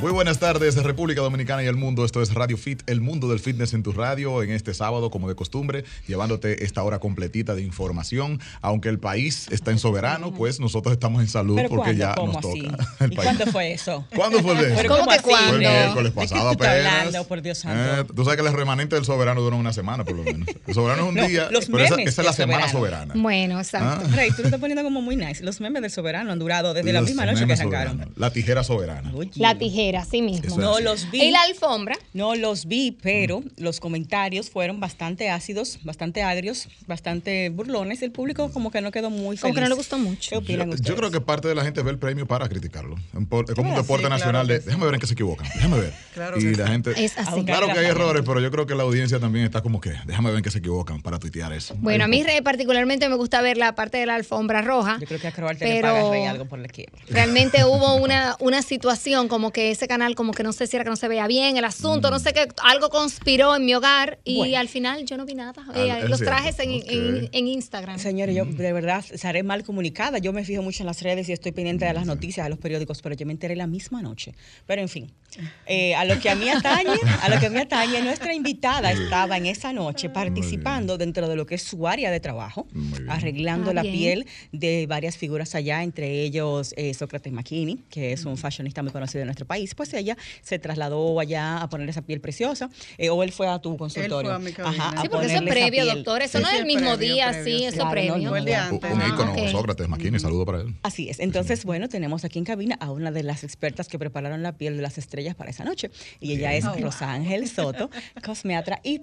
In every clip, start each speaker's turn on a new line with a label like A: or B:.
A: Muy buenas tardes, República Dominicana y el mundo. Esto es Radio Fit, el mundo del fitness en tu radio, en este sábado, como de costumbre, llevándote esta hora completita de información. Aunque el país está en soberano, pues nosotros estamos en salud
B: ¿Pero
A: porque
B: cuándo?
A: ya
B: ¿Cómo
A: nos
B: así?
A: toca.
B: ¿Y cuándo fue eso?
A: ¿Cuándo fue de eso?
B: ¿Pero cómo
C: ¿Cómo que
B: así?
A: Fue
C: cuándo?
A: el
C: no?
A: miércoles
B: ¿De qué
A: pasado
B: tú estás
A: apenas.
B: hablando, Oh, por Dios santo?
A: Eh, tú sabes que los remanentes del soberano duran una semana, por lo menos. El soberano es un
B: No,
A: día,
B: los
A: pero esa,
B: memes
A: esa es la
B: del
A: semana
B: soberano.
A: soberana. Ah,
C: Bueno,
A: Eh.
C: exacto.
B: Rey, tú lo estás poniendo como muy nice. Los memes del soberano han durado desde la
A: Los
B: misma noche que
A: memes
B: arrancaron.
A: soberanos. La tijera soberana.
B: Oye.
C: La tijera, sí mismo.
A: Eso
B: No los vi.
C: Y la alfombra.
B: No los vi, pero los comentarios fueron bastante ácidos, bastante agrios, bastante burlones. El público como que no quedó muy feliz.
C: Como que no le gustó mucho.
B: ¿Qué
A: Yo,
B: opinan
A: yo
B: ustedes?
A: creo que parte de la gente ve el premio para criticarlo. En por- Es como un
B: Ah, sí,
A: deporte
D: claro
A: nacional
D: que
A: de,
D: sí.
A: déjame ver en qué se equivocan, déjame ver.
D: Claro
A: y
D: que
A: la
D: sí.
A: gente...
C: Es así.
A: Claro que hay
B: Aunque-
A: errores, pero yo creo que la audiencia también está como que, déjame ver en qué se equivocan para tuitear eso.
C: Bueno, a mí
A: pues.
C: re- particularmente me gusta ver la parte de la alfombra roja.
B: Yo creo que a Croarte le
C: pero
B: paga Rey algo por la quiebra.
C: Realmente hubo una, una situación como que ese canal como que no se cierra, que no se veía bien el asunto,
A: Mm.
C: no sé qué, algo conspiró en mi hogar y
B: Bueno.
C: al final yo no vi nada.
A: Ah,
C: Eh,
A: es
C: los
A: cierto.
C: trajes en, en-
A: Ok.
C: en Instagram.
B: Señores,
C: Mm.
B: yo de verdad estaré mal comunicada. Yo me fijo mucho en las redes y estoy pendiente
C: Mm.
B: de las noticias, de los periódicos, pero yo me enteré la misma noche. Pero en fin, eh, a lo que a mí atañe, a lo que a mí atañe, nuestra invitada estaba en esa noche participando dentro de lo que es su área de trabajo,
A: Muy bien.
B: arreglando
C: Ah,
B: la
C: bien.
B: piel de varias figuras allá, entre ellos eh, Sócrates McKinney, que
C: Mm.
B: es un fashionista muy conocido en nuestro país. Pues ella se trasladó allá a poner esa piel preciosa, eh, o él fue a tu consultorio.
D: a mi cabina.
C: Sí, porque eso es
B: ponerle esa
C: previo,
B: piel.
C: doctor. Eso
D: Sí,
C: no es
D: sí,
C: el mismo
D: previo,
C: día,
D: previo,
C: sí,
D: sí.
C: eso
B: Claro,
C: previo.
B: no, no,
D: Fue el de
B: no.
D: antes.
A: Un
C: Ah,
A: ícono,
C: ok.
A: Sócrates, McKinney, saludo para él.
B: Así es. Entonces, bueno, tenemos aquí en cabina a una de las expertas que prepararon la piel de las estrellas para esa noche. Y ella es
D: Oh, wow.
B: Rosángel Soto, cosmeatra y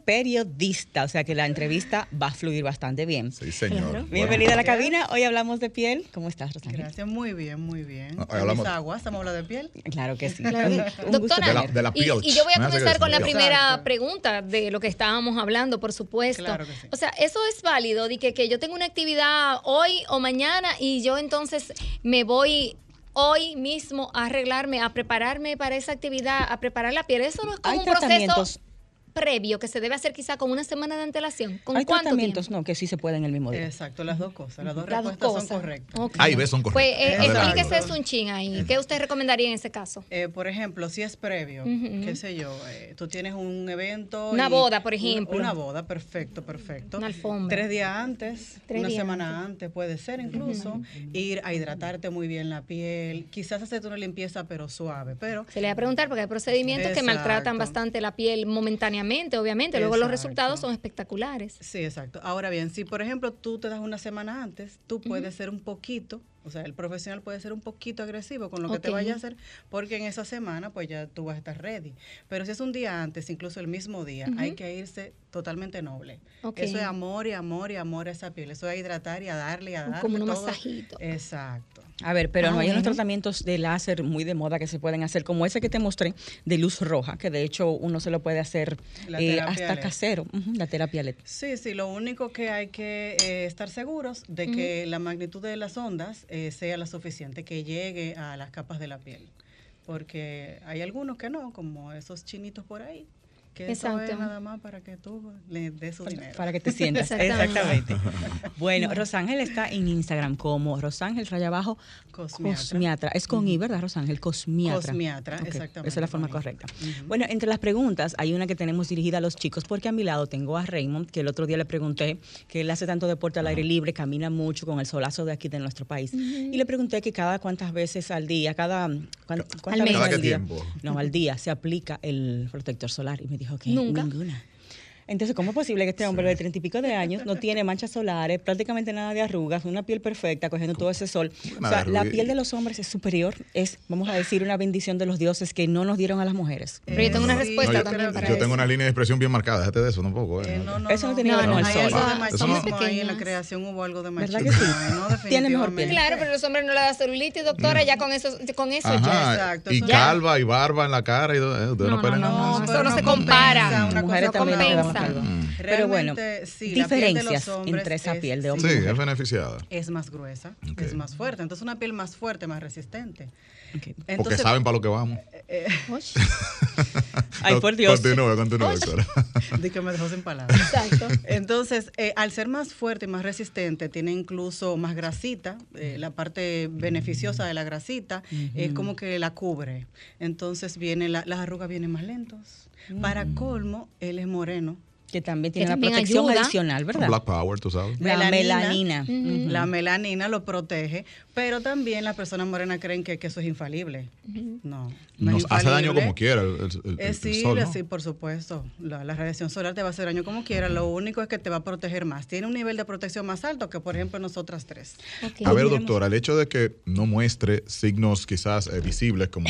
B: periodista. O sea que la entrevista va a fluir bastante bien.
A: Sí, señor.
B: Bienvenida a la cabina. Hoy hablamos de piel. ¿cómo estás, Rosángel?
D: Gracias, muy bien, muy bien.
A: Ah,
D: Con
A: hablamos-
D: mis aguas, estamos hablando de piel.
B: Claro que sí.
C: Claro que-
B: Un- un gusto
C: Doctora,
A: De la- de la
C: y,
A: pioch.
C: y yo voy a
A: Me hace que
C: comenzar con la
A: decir
D: pioch.
C: primera
D: Exacto.
C: pregunta de lo que estábamos hablando, por supuesto.
D: Claro que sí.
C: O sea, eso es válido, de que, que yo tengo una actividad hoy o mañana y yo entonces me voy hoy mismo a arreglarme, a prepararme para esa actividad, a preparar la piel. Eso no es
B: Hay
C: como un proceso
B: tratamientos.
C: previo que se debe hacer quizá con una semana de antelación. ¿Con
B: Hay
C: cuánto
B: tratamientos,
C: tiempo?
B: no, que sí se pueden en el mismo día.
D: Exacto, las dos cosas, las dos
C: Las dos
D: respuestas son
C: cosas.
D: correctas.
C: Ok.
A: Ahí ves, son correctas.
C: Pues eh,
D: Exacto.
C: explíquese eso un chin ahí. ¿Qué usted recomendaría en ese caso?
D: Eh, por ejemplo, si es previo,
C: Ujú.
D: qué sé yo, eh, tú tienes un evento.
C: Una
D: y-
C: boda, por
D: un-
C: ejemplo.
D: Una, boda, perfecto, perfecto.
C: Una alfombra.
D: Tres días antes,
C: Tres
D: una
C: días
D: semana antes. puede ser incluso. Ir a hidratarte muy bien la piel, quizás hacerte una limpieza, pero suave. Pero
C: Se le va a preguntar porque hay procedimientos que
D: Exacto.
C: maltratan bastante la piel momentáneamente, obviamente. Luego los
D: Exacto.
C: resultados son espectaculares.
D: Sí, exacto. Ahora bien, si por ejemplo tú te das una semana antes, tú puedes ser un poquito, o sea, el profesional puede ser un poquito agresivo con lo que te
C: Ok.
D: vaya a hacer, porque en esa semana pues ya tú vas a estar ready. Pero si es un día antes, incluso el mismo día, hay que irse totalmente noble.
C: Ok.
D: Eso es amor y amor y amor a esa piel. Eso es hidratar y a darle y a darle.
C: Como un
D: todo.
C: masajito.
D: Exacto.
B: A ver, pero
C: Ah,
B: no hay unos
C: bueno.
B: tratamientos de láser muy de moda que se pueden hacer, como ese que te mostré de luz roja, que de hecho uno se lo puede hacer
D: La
B: eh,
D: terapia
B: hasta
D: LED.
B: casero, Ujú, la terapia LED.
D: Sí, sí, lo único que hay que eh, estar seguros de que la magnitud de las ondas eh, sea la suficiente, que llegue a las capas de la piel. Porque hay algunos que no, como esos chinitos por ahí, que eso es
C: Exacto.
D: nada más para que tú le des su
B: Para,
D: dinero.
B: para que te sientas.
C: Exactamente.
B: Exactamente. Bueno, Rosángel está en Instagram como Rosángel Raya Abajo
D: Cosmiatra.
B: Cosmiatra. Es con I, ¿verdad, Rosángel? Cosmiatra.
D: Cosmiatra,
B: Ok,
D: exactamente,
B: Esa es la forma
D: con I.
B: correcta.
D: Ujú.
B: Bueno, entre las preguntas, hay una que tenemos dirigida a los chicos, porque a mi lado tengo a Raymond, que el otro día le pregunté que él hace tanto deporte al aire libre, camina mucho con el solazo de aquí de nuestro país. Y le pregunté que cada cuántas veces al día, cada. cuán- ¿Cuántas
C: mes.
B: veces
C: ¿Cada
B: al
A: qué
B: día?
A: tiempo?
B: No, al día se aplica el protector solar. Y me dijo que
C: Nunca.
B: ninguna. Entonces, ¿cómo es posible que este hombre de treinta y pico de años no tiene manchas solares, prácticamente nada de arrugas, una piel perfecta, cogiendo todo ese sol? O
A: Nada de
B: sea, la
A: arrugas.
B: piel de los hombres es superior, es, vamos a decir, una bendición de los dioses que no nos dieron a las mujeres.
C: Pero
D: Eh,
C: yo tengo una respuesta
A: yo,
C: también para
A: yo
C: eso.
A: tengo una línea de expresión bien marcada, déjate de eso tampoco. eh.
D: Eh, no, no,
B: Eso no
D: no,
B: tenía
C: que ver con el
D: hay
C: sol.
D: algo de
C: Ah,
A: eso no-
D: machismo ahí en
C: Pequeñas.
D: la creación hubo algo de
B: ¿Verdad
D: machismo.
B: que sí?
D: ahí,
B: Tiene
D: ¿no?
B: mejor piel.
D: Definitivamente.
C: Claro, pero los hombres no le da celulitis, doctora, ya con eso, con eso
A: Ajá,
C: ya.
D: exacto,
A: y
D: eso no-
A: calva y barba en la cara. Y, todo, eh, ustedes
C: No,
A: no, paren
C: no,
A: nada
C: no,
A: más.
C: eso
D: pero
C: no se
D: compensa,
C: compara.
D: una cosa
B: Mujeres
D: no
B: también le damos
D: compensa.
B: calva.
A: Mm.
B: Pero bueno,
D: Realmente, sí, la piel de los
B: diferencias
D: hombres
B: entre esa
D: es-
B: piel de
D: sí.
B: hombre
A: Sí,
B: y
A: es
B: mujer.
A: beneficiada.
D: es más gruesa,
A: Ok.
D: es más fuerte. Entonces una piel más fuerte, más resistente.
B: Ok.
D: Entonces,
A: Porque saben para lo que vamos.
D: eh,
C: Oye.
B: Ay, por Dios.
A: Continúa, continúa,
C: Oye.
A: doctora.
D: De que me dejó sin palabras.
C: Exacto.
D: Entonces, eh, al ser más fuerte y más resistente, tiene incluso más grasita. eh, la parte beneficiosa de la grasita es como que la cubre. Entonces, viene la- las arrugas vienen más lentos. Para colmo, él es moreno.
B: Que también tiene
C: Que
B: una
C: también
B: protección
C: ayuda. Mm.
B: adicional, ¿verdad?
A: Black Power, tú sabes.
B: La melanina.
C: Ujú.
D: La melanina lo protege, pero también las personas morenas creen que, que eso es infalible. No. no es
A: Nos hace daño
D: infalible.
A: como quiera el, el- el-
D: Eh,
A: el
D: sí,
A: sol,
D: la-
A: ¿no?
D: sí, por supuesto. La, la radiación solar te va a hacer daño como quiera. Lo único es que te va a proteger más. Tiene un nivel de protección más alto que, por ejemplo, nosotras tres.
A: A ver,
B: pudiéramos-
A: doctora, el hecho de que no muestre signos quizás eh, visibles como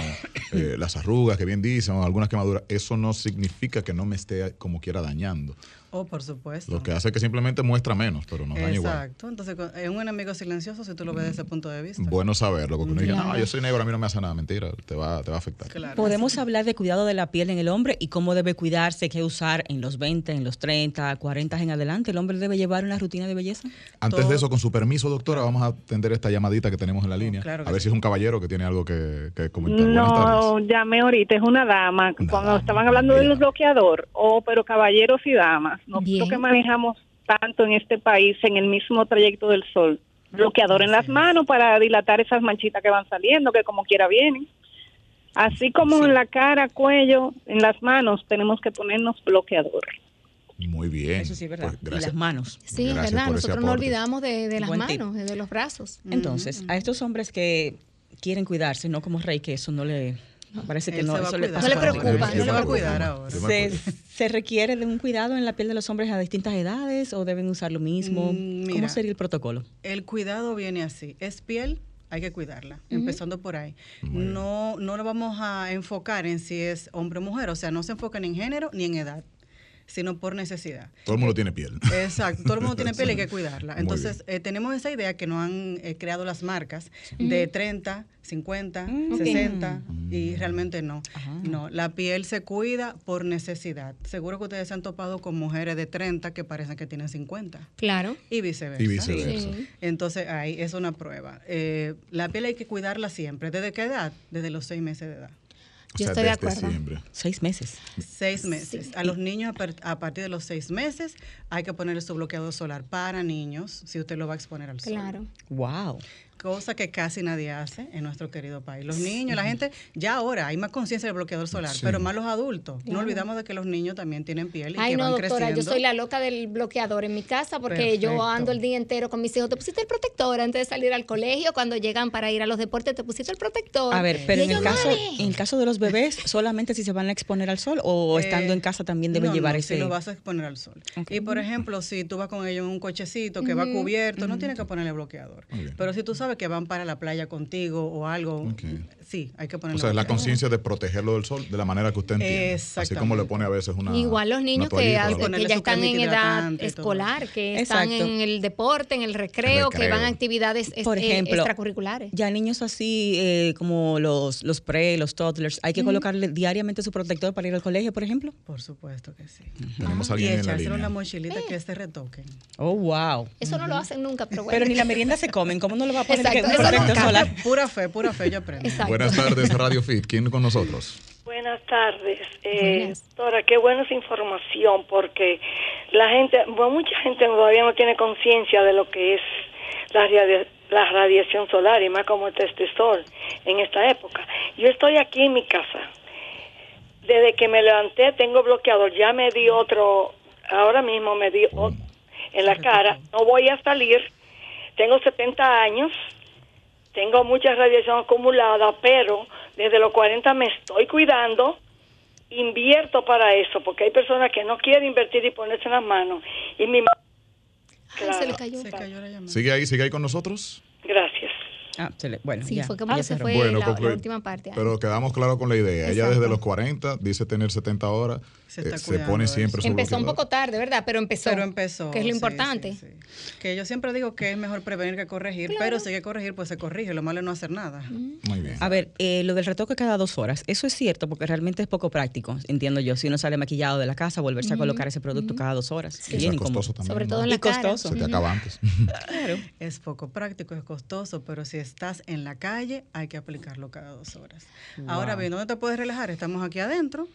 A: eh, las arrugas que bien dicen o algunas quemaduras, eso no significa que no me esté como quiera dañando.
D: Oh, por supuesto.
A: Lo que hace que simplemente muestra menos, pero nos daña igual.
D: Exacto. Entonces, cu- es un enemigo silencioso si tú lo ves desde ese punto de vista.
A: Bueno saberlo, porque uno dice, no,
C: Claro.
A: yo soy negro, a mí no me hace nada, mentira, te va, te va a afectar.
D: Claro.
B: Podemos hablar de cuidado de la piel en el hombre y cómo debe cuidarse, qué usar en los 20, en los 30, 40 en adelante. ¿El hombre debe llevar una rutina de belleza?
A: Antes de eso, con su permiso, doctora, vamos a atender esta llamadita que tenemos en la línea.
D: claro que
A: a ver
D: sí.
A: si es un caballero que tiene algo que, que comentar. Buenas
E: No,
A: tardes.
E: llamé ahorita, es una dama.
A: Una
E: Cuando
A: dama,
E: estaban hablando de
A: mira.
E: los bloqueadores, oh, pero caballeros y damas,
C: Bien.
E: nosotros que manejamos tanto en este país, en el mismo trayecto del sol, bloqueador en las
D: Así es.
E: manos para dilatar esas manchitas que van saliendo, que como quiera vienen. Así como en la cara, cuello, en las manos, tenemos que ponernos bloqueador.
A: Muy bien.
B: Eso sí, es ¿verdad?
A: Pues,
B: y las
A: gracias.
B: manos.
C: Sí, es
A: Gracias
C: verdad.
A: por ese
C: Nosotros no
A: aporte.
C: olvidamos de, de las
B: Buen tip.
C: manos, de los brazos.
B: Entonces, a estos hombres que quieren cuidarse, no como Rey, que eso no le parece que
D: Él
B: no,
D: se va a
B: eso le
D: cuidar.
B: pasa
C: No le
B: por encima.
C: preocupa,
A: Yo me
C: no se va a
A: acuerdo,
D: cuidar
A: yo me
D: ahora.
A: acuerdo.
B: ¿Se, se requiere de un cuidado en la piel de los hombres a distintas edades o deben usar lo mismo?
D: Mm,
B: ¿Cómo
D: mira.
B: sería el protocolo?
D: El cuidado viene así. Es piel, hay que cuidarla, empezando por ahí. No, no lo vamos a enfocar en si es hombre o mujer, o sea, no se enfocan en género ni en edad, sino por necesidad.
A: Todo el mundo tiene piel.
D: Exacto, todo el mundo tiene piel y hay que cuidarla.
A: Muy
D: Entonces, eh, tenemos esa idea que nos han eh, creado las marcas de 30, 50, 60 y realmente no. No, la piel se cuida por necesidad. Seguro que ustedes se han topado con mujeres de 30 que parecen que tienen 50
C: Claro.
D: y viceversa.
A: Y viceversa.
C: Sí.
D: Entonces, ahí es una prueba. Eh, la piel hay que cuidarla siempre. ¿Desde qué edad? Desde los seis meses de edad.
A: O
C: Yo
A: sea,
C: estoy de
A: desde
C: acuerdo.
A: siempre.
B: Seis meses.
D: Seis meses. A los niños a, par- a partir de los seis meses hay que ponerle su bloqueador solar para niños si usted lo va a exponer al sol.
C: Claro.
B: ¡Wow!
D: Cosa que casi nadie hace en nuestro querido país. Los niños, la gente, ya ahora hay más conciencia del bloqueador solar,
A: Sí.
D: pero más los adultos. No olvidamos de que los niños también tienen piel y
C: Ay,
D: que
C: no,
D: van
C: doctora,
D: creciendo.
C: yo soy la loca del bloqueador en mi casa porque yo
D: Perfecto.
C: ando el día entero con mis hijos. Te pusiste el protector antes de salir al colegio, cuando llegan para ir a los deportes, te pusiste el protector.
B: A ver, pero
C: Y
B: en el,
C: ellos,
B: caso,
C: "Mami".
B: en el caso de los bebés, solamente si se van a exponer al sol o estando
D: Eh,
B: en casa también deben
D: no,
B: llevar
D: no,
B: ese.
D: Si lo vas a exponer al sol.
B: Ok.
D: Y por ejemplo, si tú vas con ellos en un cochecito que va cubierto, no tienes que ponerle bloqueador.
A: Muy bien.
D: Pero si tú sabes que van para la playa contigo o algo,
A: Ok.
D: sí, hay que
A: O
D: ponerle
A: sea, es la
D: bloqueador.
A: conciencia de protegerlo del sol de la manera que usted entiende. Así como le pone a veces una.
C: Igual los
A: una
C: niños que,
A: toallita,
C: hacen-
A: algo.
D: Ponerle
C: que ya
D: su
C: están en
D: cremita
C: edad
D: hidratante y todo
C: escolar, que están
B: Exacto.
C: en el deporte, en el recreo, que
A: Recreo.
C: van a actividades es-
B: Por
C: eh,
B: ejemplo,
C: extracurriculares.
B: Ya niños así eh, como los, los pre, los toddlers, ¿hay que colocarle diariamente su protector para ir al colegio, por ejemplo?
D: Por supuesto que sí.
A: Tenemos a
D: Y
A: alguien en la
D: echárselo en la
A: línea.
D: mochilita que se retoquen.
B: ¡Oh, wow!
C: Eso no lo hacen nunca, pero bueno.
B: Pero ni la merienda se comen, ¿cómo no lo va a poner que
C: Exacto,
B: un
C: eso
B: protector
C: nunca.
B: solar?
D: Pura fe, pura fe, yo aprendo.
C: Exacto.
A: Buenas tardes, Radio Fit. ¿Quién con nosotros?
F: Buenas tardes, eh,
C: Buenas.
F: doctora. Qué buena esa información porque la gente, bueno, mucha gente todavía no tiene conciencia de lo que es la, radia- la radiación solar y más como este, este sol en esta época. Yo estoy aquí en mi casa. Desde que me levanté tengo bloqueador. Ya me di otro, ahora mismo me di
A: Oh.
F: otro en la cara. No voy a salir. Tengo 70 años. Tengo mucha radiación acumulada, pero desde los 40 me estoy cuidando. Invierto para eso, porque hay personas que no quieren invertir y ponerse en las manos. Y mi ma-
C: Ay, se le cayó.
D: Se cayó la llamada.
A: ¿Sigue ahí, sigue ahí con nosotros?
F: Gracias.
B: Ah, se le- bueno,
C: Sí,
B: ya,
C: fue que
B: ella
C: se
B: cerró.
C: fue. la- la
A: conclu-
C: última parte, ah.
A: Pero quedamos claro con la idea. Ella
C: Exacto.
A: desde los 40 dice tener 70 horas.
D: Se
A: eh, Se,
D: está cuidando
A: pone
D: de eso.
A: siempre su
C: Empezó un
A: bloqueador.
C: poco tarde, ¿verdad? Pero empezó.
D: Pero empezó.
C: Que es lo
D: sí,
C: importante.
D: sí, sí. Que yo siempre digo que es mejor prevenir que corregir, pero si hay que corregir, pues se corrige. Lo malo es no hacer nada.
A: Muy bien.
D: Ah,
B: A ver, eh, lo del retoque cada dos horas, eso es cierto porque realmente es poco práctico, entiendo yo. Si uno sale maquillado de la casa, volverse a colocar ese producto cada dos horas.
A: O sea,
B: Bien incómodo.
A: costoso también,
C: Sobre
A: ¿no?
C: todo en
B: Y
C: la cara.
B: costoso.
A: Se te acaba antes.
D: Es poco práctico, es costoso, pero si estás en la calle hay que aplicarlo cada dos horas. Ahora bien, ¿dónde te puedes relajar? Estamos aquí adentro.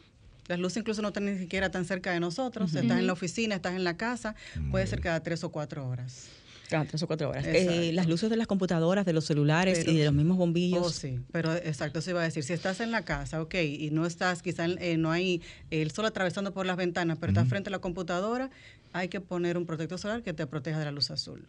D: Las luces incluso no están ni siquiera tan cerca de nosotros. Estás en la oficina, estás en la casa, puede ser cada tres o cuatro horas.
B: Ah, tres o cuatro horas.
D: Exacto.
B: Eh, las luces de las computadoras, de los celulares
D: Pero-
B: y de los mismos bombillos.
D: Oh, sí, pero exacto, eso iba a decir. Si estás en la casa, ok, y no estás, quizás no hay eh, el sol atravesando por las ventanas, pero estás frente a la computadora, hay que poner un protector solar que te proteja de la luz azul.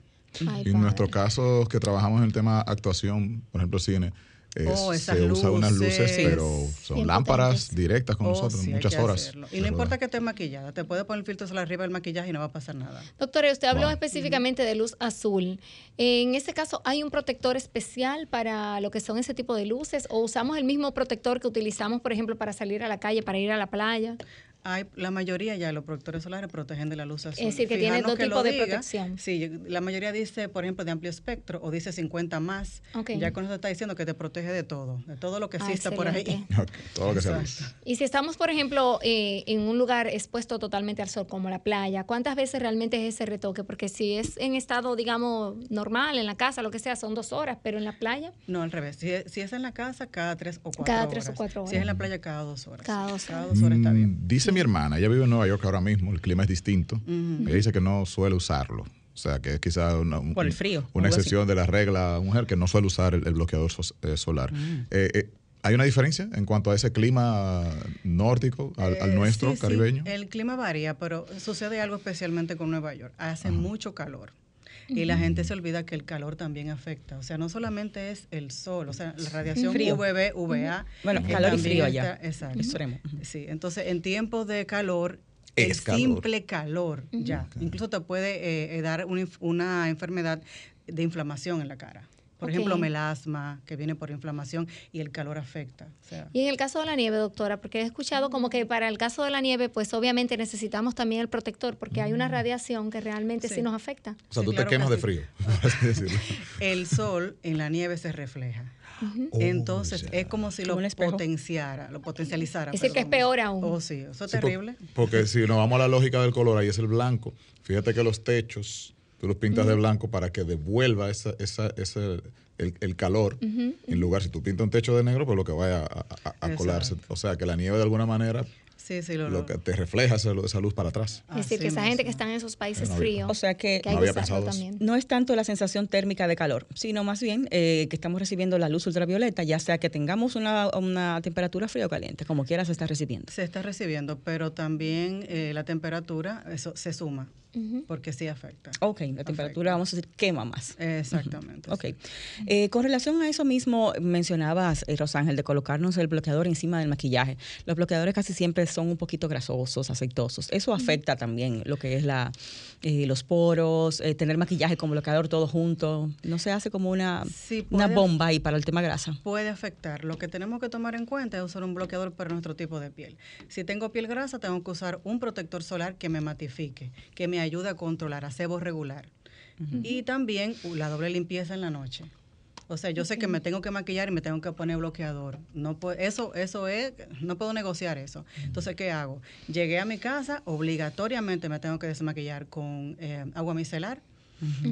C: Ay,
A: Y en nuestro
C: padre.
A: caso, que trabajamos en el tema actuación, por ejemplo, cine, es-
D: Oh, esas
A: se usan unas luces,
D: luces.
A: pero son
C: Bien
A: lámparas
C: potentes.
A: directas con
D: Oh,
A: nosotros,
D: sí, hay
A: muchas
D: que
A: horas.
D: hacerlo. Y no importa que estés maquillada, te puedes poner el filtro solar arriba del maquillaje y no va a pasar nada.
C: Doctora, usted habló
A: Wow.
C: específicamente de luz azul. En ese caso, ¿hay un protector especial para lo que son ese tipo de luces? ¿O usamos el mismo protector que utilizamos, por ejemplo, para salir a la calle, para ir a la playa?
D: Hay, la mayoría ya de los protectores solares protegen de la luz azul.
C: decir, que tiene
D: Fijarnos
C: dos tipos
D: lo
C: de protección.
D: Sí, yo- la mayoría dice, por ejemplo, de amplio espectro o dice 50 más.
C: Ok.
D: Ya con eso está diciendo que te protege de todo, de todo lo que
C: Ah,
D: exista por ahí.
C: excelente.
A: Ok, todo lo que sea luz.
D: Exacto.
C: Y si estamos, por ejemplo, eh, en un lugar expuesto totalmente al sol, como la playa, ¿cuántas veces realmente es ese retoque? Porque si es en estado, digamos, normal, en la casa, lo que sea, son dos horas, pero en la playa,
D: No, al revés. Si, es- si es en la casa, cada tres o cuatro
C: Cada
D: horas.
C: tres o cuatro
D: Si es en la
C: horas.
D: playa, cada dos horas.
C: Cada dos
D: horas. está bien.
A: Mm, Dice mi hermana, ella vive en Nueva York ahora mismo, el clima es distinto. Ella dice que no suele usarlo. O sea, que es quizá una, un-
B: Por el frío,
A: una
B: algo así.
A: excepción de la regla mujer que no suele usar el, el bloqueador so- eh, solar.
D: Mm.
A: Eh, eh, ¿Hay una diferencia en cuanto a ese clima nórdico, al, al
D: Eh,
A: nuestro,
D: sí, sí,
A: caribeño?
D: el clima varía, pero sucede algo especialmente con Nueva York. Hace mucho calor. Y la gente se olvida que el calor también afecta. O sea, no solamente es el sol, o sea, la radiación
B: Frío.
D: UVB, VA.
B: Bueno,
D: que
B: calor y
D: también
B: frío allá.
D: está- Exacto.
B: Extremo.
D: Sí, entonces en tiempos de calor,
A: Es
D: el
A: calor.
D: simple calor ya, incluso te puede eh, eh, dar una, inf- una enfermedad de inflamación en la cara. Por
C: Ok.
D: ejemplo, melasma, que viene por inflamación y el calor afecta. O sea,
C: Y en el caso de la nieve, doctora, porque he escuchado como que para el caso de la nieve, pues obviamente necesitamos también el protector, porque hay una radiación que realmente sí,
D: Sí.
C: nos afecta.
A: o sea,
D: sí,
A: tú
D: claro
A: te
D: que
A: quemas de
D: sí.
A: frío, por así decirlo.
D: el sol en la nieve se refleja.
A: Oh,
D: Entonces
A: ya.
D: es como si lo
B: Como un espejo.
D: potenciara, lo potencializara.
C: Es decir, que es
D: perdón.
C: peor aún.
D: Oh, sí, eso es
A: Sí, por-
D: terrible.
A: porque si nos vamos a la lógica del color, ahí es el blanco. Fíjate que los techos, tú los pintas de blanco para que devuelva esa, esa, ese- el, el calor. En lugar, si tú pintas un techo de negro, pues lo que vaya a, a- a
D: Exacto.
A: colarse. O sea, que la nieve de alguna manera
D: Sí, sí, lo,
A: lo que te refleja esa, esa luz para atrás.
C: es decir,
D: Así
C: que esa gente que
D: mismo.
C: está en esos países
A: No había-
C: fríos,
B: O sea que
C: que hay
A: No
C: que
A: había
C: usarlo
A: pensado eso.
C: también.
B: No es tanto la sensación térmica de calor, sino más bien eh, que estamos recibiendo la luz ultravioleta, ya sea que tengamos una, una temperatura fría o caliente, como quiera se está recibiendo.
D: Se está recibiendo, pero también eh, la temperatura eso se suma, porque sí afecta.
A: Oh.
B: Ok, la temperatura, vamos a decir, quema más.
D: Exactamente.
B: Ok.
D: sí.
B: Eh, con relación a eso mismo, mencionabas, eh, Rosángel, de colocarnos el bloqueador encima del maquillaje. Los bloqueadores casi siempre son un poquito grasosos, aceitosos. Eso afecta también lo que es la, eh, los poros, eh, tener maquillaje con bloqueador todo junto. No se hace como una,
D: Sí,
B: una
D: puede-
B: bomba ahí para el tema grasa.
D: Puede afectar. Lo que tenemos que tomar en cuenta es usar un bloqueador para nuestro tipo de piel. Si tengo piel grasa, tengo que usar un protector solar que me matifique, que me ayude a controlar, a sebo regular. Y también uh, la doble limpieza en la noche. O sea, yo sé que me tengo que maquillar y me tengo que poner bloqueador. No puedo, eso, eso es, no puedo negociar eso. Entonces, ¿qué hago? Llegué a mi casa, obligatoriamente me tengo que desmaquillar con eh, agua micelar.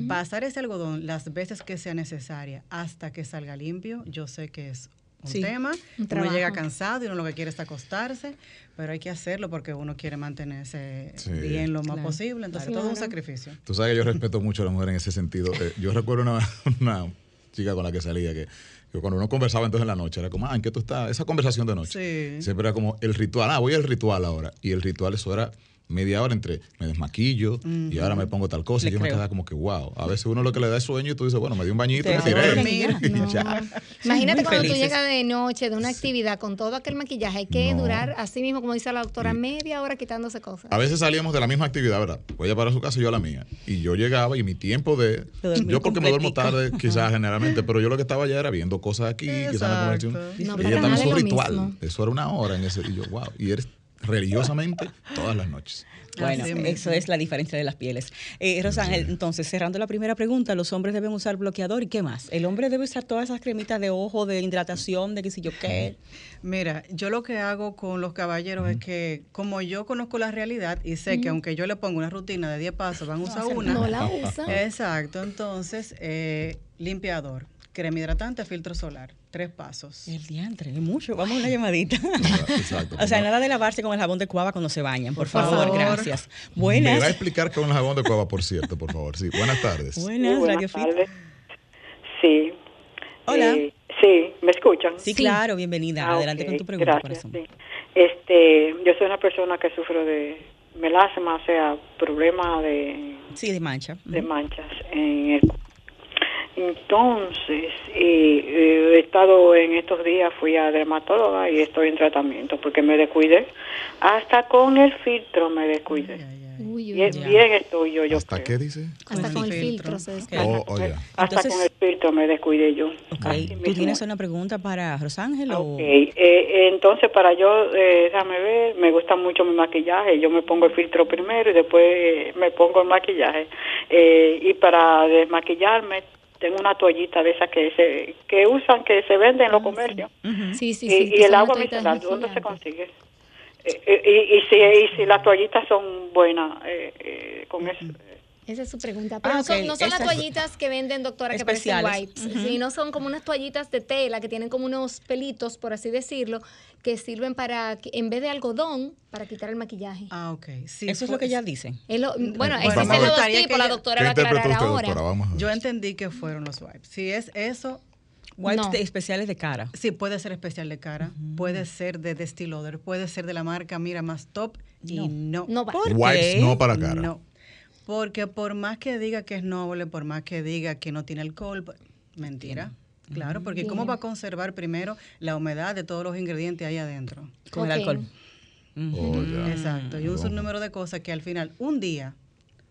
D: Pasar ese algodón las veces que sea necesaria hasta que salga limpio. Yo sé que es un
B: Sí,
D: tema.
C: un
D: uno llega
C: trabajo.
D: cansado y uno lo que quiere es acostarse, pero hay que hacerlo porque uno quiere mantenerse
A: Sí.
D: bien lo más
B: Claro,
D: posible. Entonces,
C: claro.
D: todo es un
C: Claro.
D: sacrificio.
A: Tú sabes que yo respeto mucho a la mujer en ese sentido. Eh, yo recuerdo una, una chica con la que salía que, que cuando uno conversaba entonces en la noche, era como, ah, ¿en qué tú estás? Esa conversación de noche.
D: Sí.
A: Siempre era como el ritual, ah, voy al ritual ahora. Y el ritual eso era media hora entre me desmaquillo y ahora me pongo tal cosa.
B: Le
A: y yo me
B: creo.
A: quedaba como que, wow. A veces uno lo que le da es sueño y tú dices, bueno, me di un bañito,
B: Te
A: me
B: vas a
A: tiré.
B: dormir.
C: Mira,
A: Y
C: no.
A: ya.
C: Imagínate
B: muy
C: cuando tú
B: felices.
C: llegas de noche de una actividad con todo aquel maquillaje, hay que
A: No.
C: durar así mismo, como dice la doctora, media hora quitándose cosas.
A: A veces salíamos de la misma actividad, ¿verdad? Ella para su casa y yo a la mía. Y yo llegaba y mi tiempo de...
B: dormir
A: Yo porque me duermo
B: completico.
A: tarde, quizás generalmente, pero yo lo que estaba ya era viendo cosas aquí, quizás una
D: Exacto.
A: conexión.
C: No,
A: y
C: para
A: ella estaba en
C: nada
A: su
C: es lo
A: ritual.
C: mismo.
A: Eso era una hora en ese... Y yo, wow. Y eres religiosamente todas las noches.
B: Bueno,
D: Así mismo.
B: eso es la diferencia de las pieles. Eh, Rosángel, entonces, cerrando la primera pregunta, los hombres deben usar bloqueador y qué más. El hombre debe usar todas esas cremitas de ojo, de hidratación, de qué sé yo qué.
D: Mira, yo lo que hago con los caballeros es que, como yo conozco la realidad y sé que aunque yo le ponga una rutina de 10 pasos, van a usar una.
C: No la usa.
D: Exacto, entonces, eh, limpiador. crema hidratante, filtro solar. Tres pasos.
B: El diantre, es mucho. Vamos a una llamadita.
A: exacto.
B: o sea, nada de lavarse con el jabón de cuava cuando se bañan. Por,
D: Por
B: favor,
D: favor.
B: gracias.
A: Me va a
B: Buenas.
A: explicar con el jabón de cuava, por cierto, por favor. Sí, buenas tardes.
B: Buenas,
F: Sí,
B: Radio Fit.
F: tardes. Sí.
B: Hola.
F: Eh, sí, ¿me escuchan?
B: Sí, claro, bienvenida.
F: Ah,
B: Adelante
F: ok,
B: con tu pregunta,
F: gracias,
B: corazón.
F: sí. Este, yo soy una persona que sufro de melasma, o sea, problema de,
B: Sí, de mancha.
F: de
B: Ujú.
F: manchas en el cu- entonces, eh, eh, he estado en estos días, fui a dermatóloga y estoy en tratamiento porque me descuidé. Hasta con el filtro me descuidé.
D: Ay, ay, ay.
C: Uy, uy,
F: Bien,
C: uy.
B: Ya.
F: bien estoy yo, yo
A: ¿Hasta qué
F: creo.
A: dice?
C: Hasta con el filtro se
B: Ok.
C: descarga.
A: Oh, oh, ya.
F: Hasta con
B: Entonces-
F: el filtro me descuidé yo.
B: Ok.
F: Así
B: ¿Tú
F: mismo.
B: tienes una pregunta para Rosángel o...?
F: Ok, eh, eh, entonces para yo, eh, déjame ver, me gusta mucho mi maquillaje, yo me pongo el filtro primero y después eh, me pongo el maquillaje. Eh, y para desmaquillarme tengo una toallita de esas que se que usan, que se venden en los comercios.
B: Ujú.
C: Ah, Mm, Sí, sí, sí.
F: y,
C: que
F: y el
C: son
F: agua
C: toallitas
F: micelar, ¿dónde se
C: gigantes.
F: consigue? Eh, eh, y, y si, y si las toallitas son buenas, eh, eh, con eso.
C: Esa es su pregunta.
B: Ah,
C: Pero no
B: ok,
C: son, no son las
B: esa es-
C: toallitas que venden, doctora, que parecen
B: Especiales.
C: wipes. Sí, no son como unas toallitas de tela que tienen como unos pelitos, por así decirlo, que sirven para, que- en vez de algodón, para quitar el maquillaje.
D: Ah, ok. Sí,
B: Eso es lo
D: fue-
B: que ella dice.
C: Es lo-
A: Vamos
C: bueno,
A: a
C: existen
A: ver.
C: los dos
D: Gustaría que
C: tipos, la
D: ella-
A: ¿Qué
C: doctora va a
A: interpretó
C: aclarar
A: usted,
C: ahora.
A: doctora? Vamos a ver.
D: Yo entendí que fueron los wipes. Si es eso,
B: Wipes
C: No.
B: de- especiales de cara.
D: sí, puede ser especial de cara, puede ser de Estee Lauder, puede ser de la marca Mira Más Top y no.
C: No va.
B: ¿Por
A: Wipes
B: qué?
A: no para cara.
D: No. Porque por más que diga que es noble, por más que diga que no tiene alcohol, pues, mentira. Claro, porque ¿cómo va a conservar primero la humedad de todos los ingredientes ahí adentro?
B: Con
C: Ok.
B: el alcohol. Ujú.
A: Oh, ya.
D: Exacto. Y un sinnúmero de cosas que al final, un día,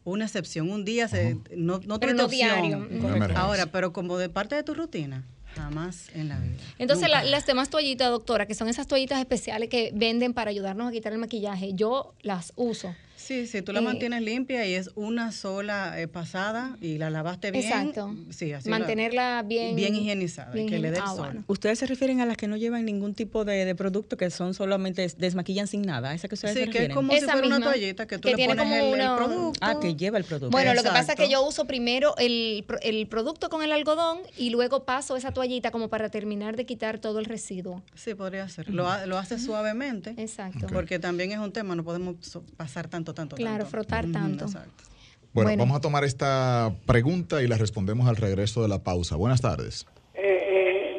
D: una excepción, un día se, no,
C: Pero
D: no tiene
C: no
D: opción.
C: diario. Una
A: Correcto. emergencia.
D: Ahora, pero como de parte de tu rutina, jamás en la vida.
C: Entonces, la- las demás toallitas, doctora, que son esas toallitas especiales que venden para ayudarnos a quitar el maquillaje, yo las uso.
D: Sí, sí, tú la
C: Eh,
D: mantienes limpia y es una sola eh, pasada y la lavaste bien.
C: Exacto.
D: Sí, así la-
C: Mantenerla bien.
D: bien higienizada y que le dé el
C: higieni- ah,
D: sol.
C: bueno.
B: ¿Ustedes se refieren a las que no llevan ningún tipo de, de producto, que son solamente des- desmaquillan sin nada? ¿A esa que ustedes se
D: Sí, que es
B: refieren?
D: como si
C: Esa
D: fuera una
C: misma,
D: toallita que tú
C: que
D: le
C: tiene
D: pones el,
C: como
D: el
C: una-
D: producto.
B: Ah, que lleva el producto.
C: Bueno, lo que pasa es que
D: Exacto.
C: yo uso primero el, pro- el producto con el algodón y luego paso esa toallita como para terminar de quitar todo el residuo.
D: Sí, podría ser. Lo, ha- lo hace suavemente.
C: Exacto.
D: Porque también es un tema, no podemos so- pasar tanto, tanto,
C: Claro,
D: tanto.
C: frotar tanto.
D: Exacto.
A: Bueno,
C: Bueno.
A: vamos a tomar esta pregunta y la respondemos al regreso de la pausa. Buenas tardes.
F: Eh, eh,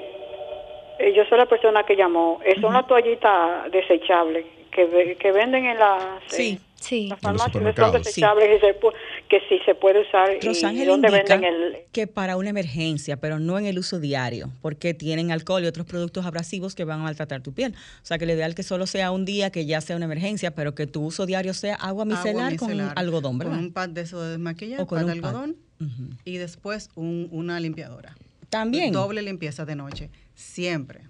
F: eh, yo soy la persona que llamó. Eh, son las toallitas desechables que, ve- que venden en las,
B: Sí.
C: Sí.
F: en las
A: En los
F: farmacias. que Son
A: supermercados.
F: desechables y se pu- que sí se puede usar. y
B: Rosángel
F: dónde
B: indica
F: venden el...
B: que para una emergencia, pero no en el uso diario, porque tienen alcohol y otros productos abrasivos que van a maltratar tu piel. O sea, que lo ideal que solo sea un día que ya sea una emergencia, pero que tu uso diario sea agua micelar,
D: Agua
B: con algodón, ¿verdad?
D: Con un pad de eso de desmaquillar,
B: O con
D: pad de
B: un pad.
D: algodón
B: Ujú.
D: y después un- una limpiadora.
B: También.
D: Doble limpieza de noche, siempre.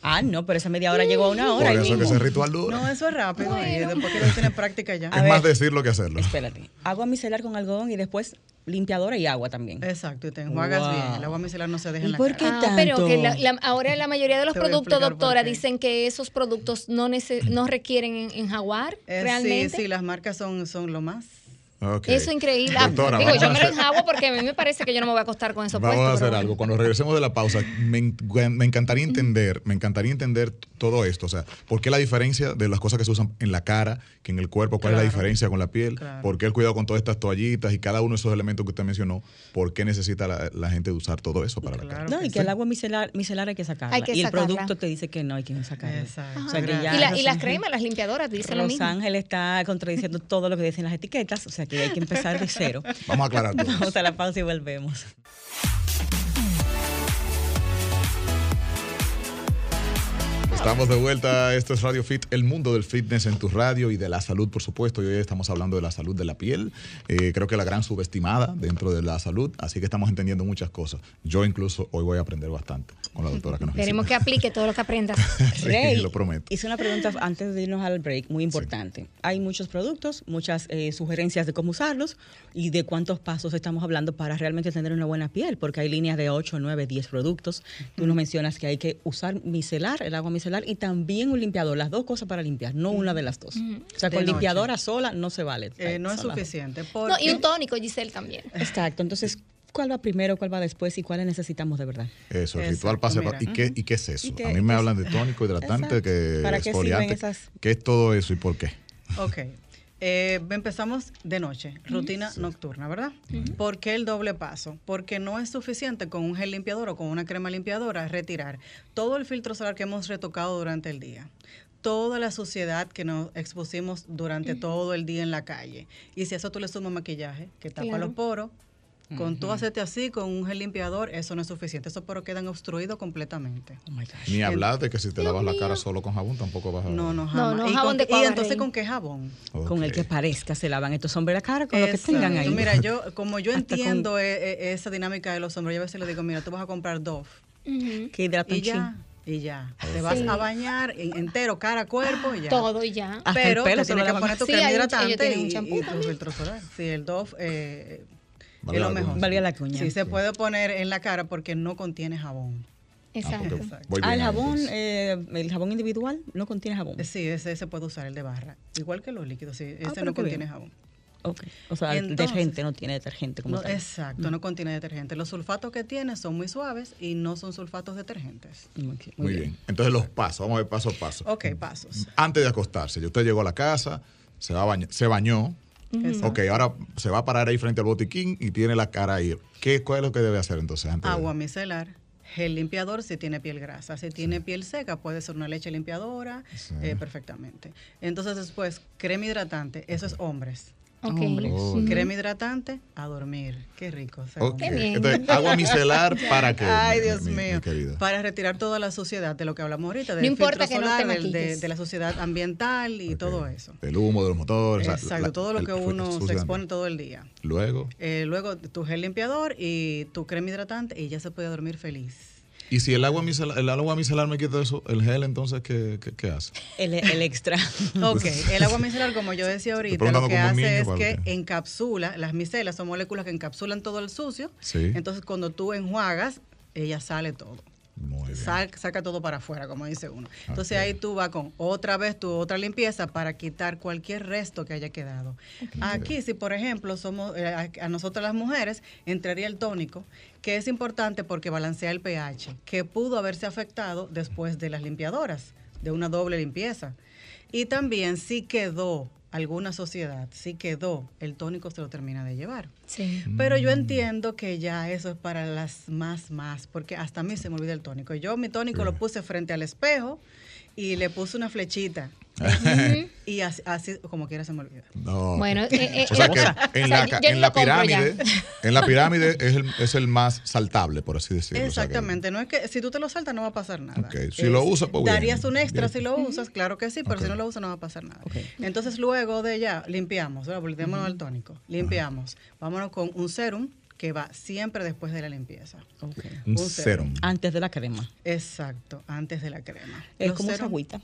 B: Ah, no, pero esa media hora llegó a una hora.
A: por
B: ahí
A: eso que
B: mismo.
A: ese ritual dura.
D: No, eso es rápido. Y después que lo tienes práctica ya.
B: A
A: es
B: ver.
A: más decirlo que hacerlo.
B: Espérate. Agua micelar con algodón y después limpiadora y agua también.
D: Exacto, y te enjuagas
B: Wow.
D: bien. El agua micelar no se deja en
B: ¿Y
D: la
B: por
D: cara.
B: qué
C: Ah, pero que la-
B: tanto?
C: la- ahora la mayoría de los
D: Te voy a
C: productos,
D: explicar por
C: doctora,
D: qué.
C: dicen que esos productos no, nece- no requieren en- enjaguar
D: Eh,
C: realmente.
D: Sí, sí, las marcas son, son lo más.
A: Ok.
C: Eso es increíble. Ah,
A: Doctora,
C: Digo,
A: vamos
C: yo
A: a
C: me lo
A: hacer-
C: enjaguo porque a mí me parece que yo no me voy a acostar con eso
A: Vamos
C: puesto,
A: a
C: pero
A: hacer
C: bueno.
A: algo. Cuando regresemos de la pausa, me, en- me encantaría entender, me encantaría entender t- todo esto. O sea, ¿por qué la diferencia de las cosas que se usan en la cara, que en el cuerpo? ¿Cuál es la
D: Claro.
A: diferencia con la piel?
D: Claro.
A: ¿Por qué el cuidado con todas estas toallitas y cada uno de esos elementos que usted mencionó? ¿Por qué necesita la, la gente de usar todo eso para la
D: Claro.
A: cara?
B: No, y que el agua micelar, micelar hay que sacarla.
C: Hay que
B: y el
C: sacarla.
B: producto te dice que no hay que sacarla.
D: Exacto.
B: O sea, que
D: Ajá.
B: ya
C: y, la- y las
B: Rosángel-
C: cremas, las limpiadoras, dicen lo
B: Los
C: mismo.
B: Ángeles está contradiciendo todo lo que dicen las etiquetas, o sea que hay que empezar de cero.
A: Vamos a aclarar todo eso.
B: Vamos a la pausa y volvemos.
A: Estamos de vuelta, esto es Radio Fit, el mundo del fitness en tu radio y de la salud, por supuesto. Y hoy estamos hablando de la salud de la piel, Eh, creo que la gran subestimada dentro de la salud, así que estamos entendiendo muchas cosas. Yo incluso hoy voy a aprender bastante con la doctora que nos
C: Esperemos que
A: visita.
C: aplique todo lo que aprendas.
A: Sí,
B: Rey,
A: lo prometo.
B: hice una pregunta antes de irnos al break, muy importante. Hay muchos productos, muchas eh, sugerencias de cómo usarlos y de cuántos pasos estamos hablando para realmente tener una buena piel, porque hay líneas de 8, 9, 10 productos. Tú nos mencionas que hay que usar micelar, el agua micelar, y también un limpiador, las dos cosas para limpiar, no una de las dos. O sea,
D: De
B: con
D: noche.
B: limpiadora sola no se vale.
D: Eh, no es
B: Sola.
D: suficiente.
C: No,
D: Porque
C: y un tónico, Giselle, también.
B: Exacto, entonces, cuál va primero, cuál va después y cuáles necesitamos de verdad.
A: Eso, el
D: Exacto,
A: ritual pase.
D: mira.
A: ¿Y qué, ¿Y qué es eso?
B: ¿Y qué-
A: a mí me
B: qué-
A: hablan de tónico, hidratante,
B: Exacto.
A: que
B: ¿Para qué sirven
A: exfoliante.
B: esas-
A: ¿Qué es todo eso y por qué?
D: Ok. Eh, empezamos de noche, rutina nocturna, ¿verdad? ¿Por qué el doble paso? Porque no es suficiente con un gel limpiador o con una crema limpiadora retirar todo el filtro solar que hemos retocado durante el día, toda la suciedad que nos expusimos durante todo el día en la calle. Y si a eso tú le sumas maquillaje, que tapa
C: Claro.
D: los poros, con tú hacerte así, con un gel limpiador, eso no es suficiente. Esos poros quedan obstruidos completamente.
B: Oh my gosh.
A: Ni hablar de que si te
C: Dios
A: lavas la
C: mío.
A: cara solo con jabón tampoco vas a...
D: No, no,
C: Ah. No,
D: jamás.
C: no,
D: ¿Y,
C: jabón
D: con-
C: de
D: y
C: Cuabarrey.
D: entonces con qué jabón?
A: Ok.
B: Con el que parezca se lavan estos hombres la cara con
D: Exacto.
B: lo que tengan ahí.
D: Mira, yo, como yo
B: Hasta con-
D: entiendo eh, eh, esa dinámica de los hombres, yo a veces le digo, mira, tú vas a comprar Dove
C: Ujú.
B: que hidratan
D: y ya,
B: chin.
D: y ya.
A: Ah,
D: Te vas a bañar en- entero, cara, cuerpo y ya.
C: Todo y ya.
B: Hasta el
D: Pero
B: pelo
D: te
B: se lo
D: tienes que
B: lavan.
D: poner tu
C: Sí,
D: crema
C: hay un- ellos
D: hidratante
C: tienen
D: y,
C: un champú
D: y tu
C: también.
D: filtro solar. Sí, el Dove eh,
A: Valga
D: es lo
A: la
D: mejor.
A: cuña.
B: Valga la cuña.
D: Sí, se puede poner en la cara porque no contiene jabón.
A: Ah, porque
C: Exacto.
A: voy bien
B: Ah, el
A: ahí,
B: jabón,
A: entonces.
B: eh, el jabón individual no contiene jabón.
D: Eh, Sí, ese se puede usar, el de barra. Igual que los líquidos, sí. Ese
B: Ah, pero
D: no
B: qué bien.
D: contiene jabón.
B: Ok. O sea, el
D: Entonces-
B: detergente no tiene detergente como
D: No,
B: tal.
D: exacto, no contiene detergente. Los sulfatos que tiene son muy suaves y no son sulfatos detergentes.
B: Mm, Ok, muy,
A: Muy bien. Entonces los pasos, vamos a ver paso a paso.
D: Ok, pasos.
A: Antes de acostarse, usted llegó a la casa, se, va a baña- se bañó,
D: Exacto.
A: ok, ahora se va a parar ahí frente al botiquín y tiene la cara ahí. ¿Qué, ¿Cuál es lo que debe hacer entonces antes? de-
D: Agua micelar. Gel limpiador si tiene piel grasa. Si tiene piel seca, puede ser una leche limpiadora
A: Sí.
D: eh, perfectamente. Entonces, después, crema hidratante. Eso es hombres.
C: Ok.
B: Hombre.
A: Oh,
C: Ujú.
D: Crema hidratante, a dormir. Qué rico. ser
A: Ok, Ah,
D: hombre.
C: bien.
A: Entonces, agua micelar para que...
D: Ay, Dios mío.
A: querida.
D: Para retirar toda la suciedad de lo que hablamos ahorita, del
C: No importa
D: filtro
C: que no te
D: solar, del- de,
C: maquilles.
D: de la suciedad ambiental y
A: Ok.
D: todo eso.
A: El humo de los motores. la-
D: Exacto,
A: la-
D: todo lo
A: el-
D: que
A: fue-
D: uno se
A: sucia-
D: expone todo el día.
A: Luego,
D: Eh, luego tu gel limpiador y tu crema hidratante y ya se puede dormir feliz.
A: y si el agua micelar, el agua micelar me quita eso, el gel, entonces, ¿qué, qué, qué hace?
B: El, el extra.
D: Ok, el agua micelar, como yo decía ahorita,
A: preguntando
D: lo que
A: como un
D: hace
A: niño,
D: es
A: Pablo,
D: que
A: ¿qué?
D: encapsula, las micelas son moléculas que encapsulan todo el sucio,
A: Sí.
D: entonces cuando tú enjuagas, ella sale todo.
A: Muy bien.
D: Sac- saca todo para afuera, como dice uno. Entonces
A: Ok.
D: ahí tú vas con otra vez tu otra limpieza para quitar cualquier resto que haya quedado. Aquí, si por ejemplo somos eh, a, a nosotras las mujeres, entraría el tónico, que es importante porque balancea el pH, que pudo haberse afectado después de las limpiadoras, de una doble limpieza. Y también si quedó alguna sociedad, si quedó, el tónico se lo termina de llevar.
C: Sí.
D: Pero
A: Mm.
D: yo entiendo que ya eso es para las más, más, porque hasta a mí se me olvida el tónico. Yo mi tónico lo puse frente al espejo y le puse una flechita. y así, así, como quiera se me olvida.
A: No.
C: Bueno, eh, eh,
A: o sea
C: eh,
A: que
C: o
A: en
C: sea,
A: la,
C: yo-
A: ca-
C: yo
A: en
C: ni
A: la
C: lo compro ya.
A: pirámide, en la pirámide es el, es el más saltable, por así decirlo. o sea que-
D: Exactamente, no es que si tú te lo saltas no va a pasar nada.
A: Ok, si lo usas, pues, bien.
D: Darías un extra si lo usas, claro que sí, pero
A: Ok.
D: si no lo usas no va a pasar nada.
B: Ok.
D: Entonces luego de ya limpiamos, ahora volvemos al tónico, limpiamos, vámonos con un serum que va siempre después de la limpieza.
B: Ok.
A: un
D: un
A: serum.
D: serum.
B: Antes de la crema.
D: Exacto, antes de la crema.
B: Es
D: Los
B: como esa
D: serum-
B: agüita.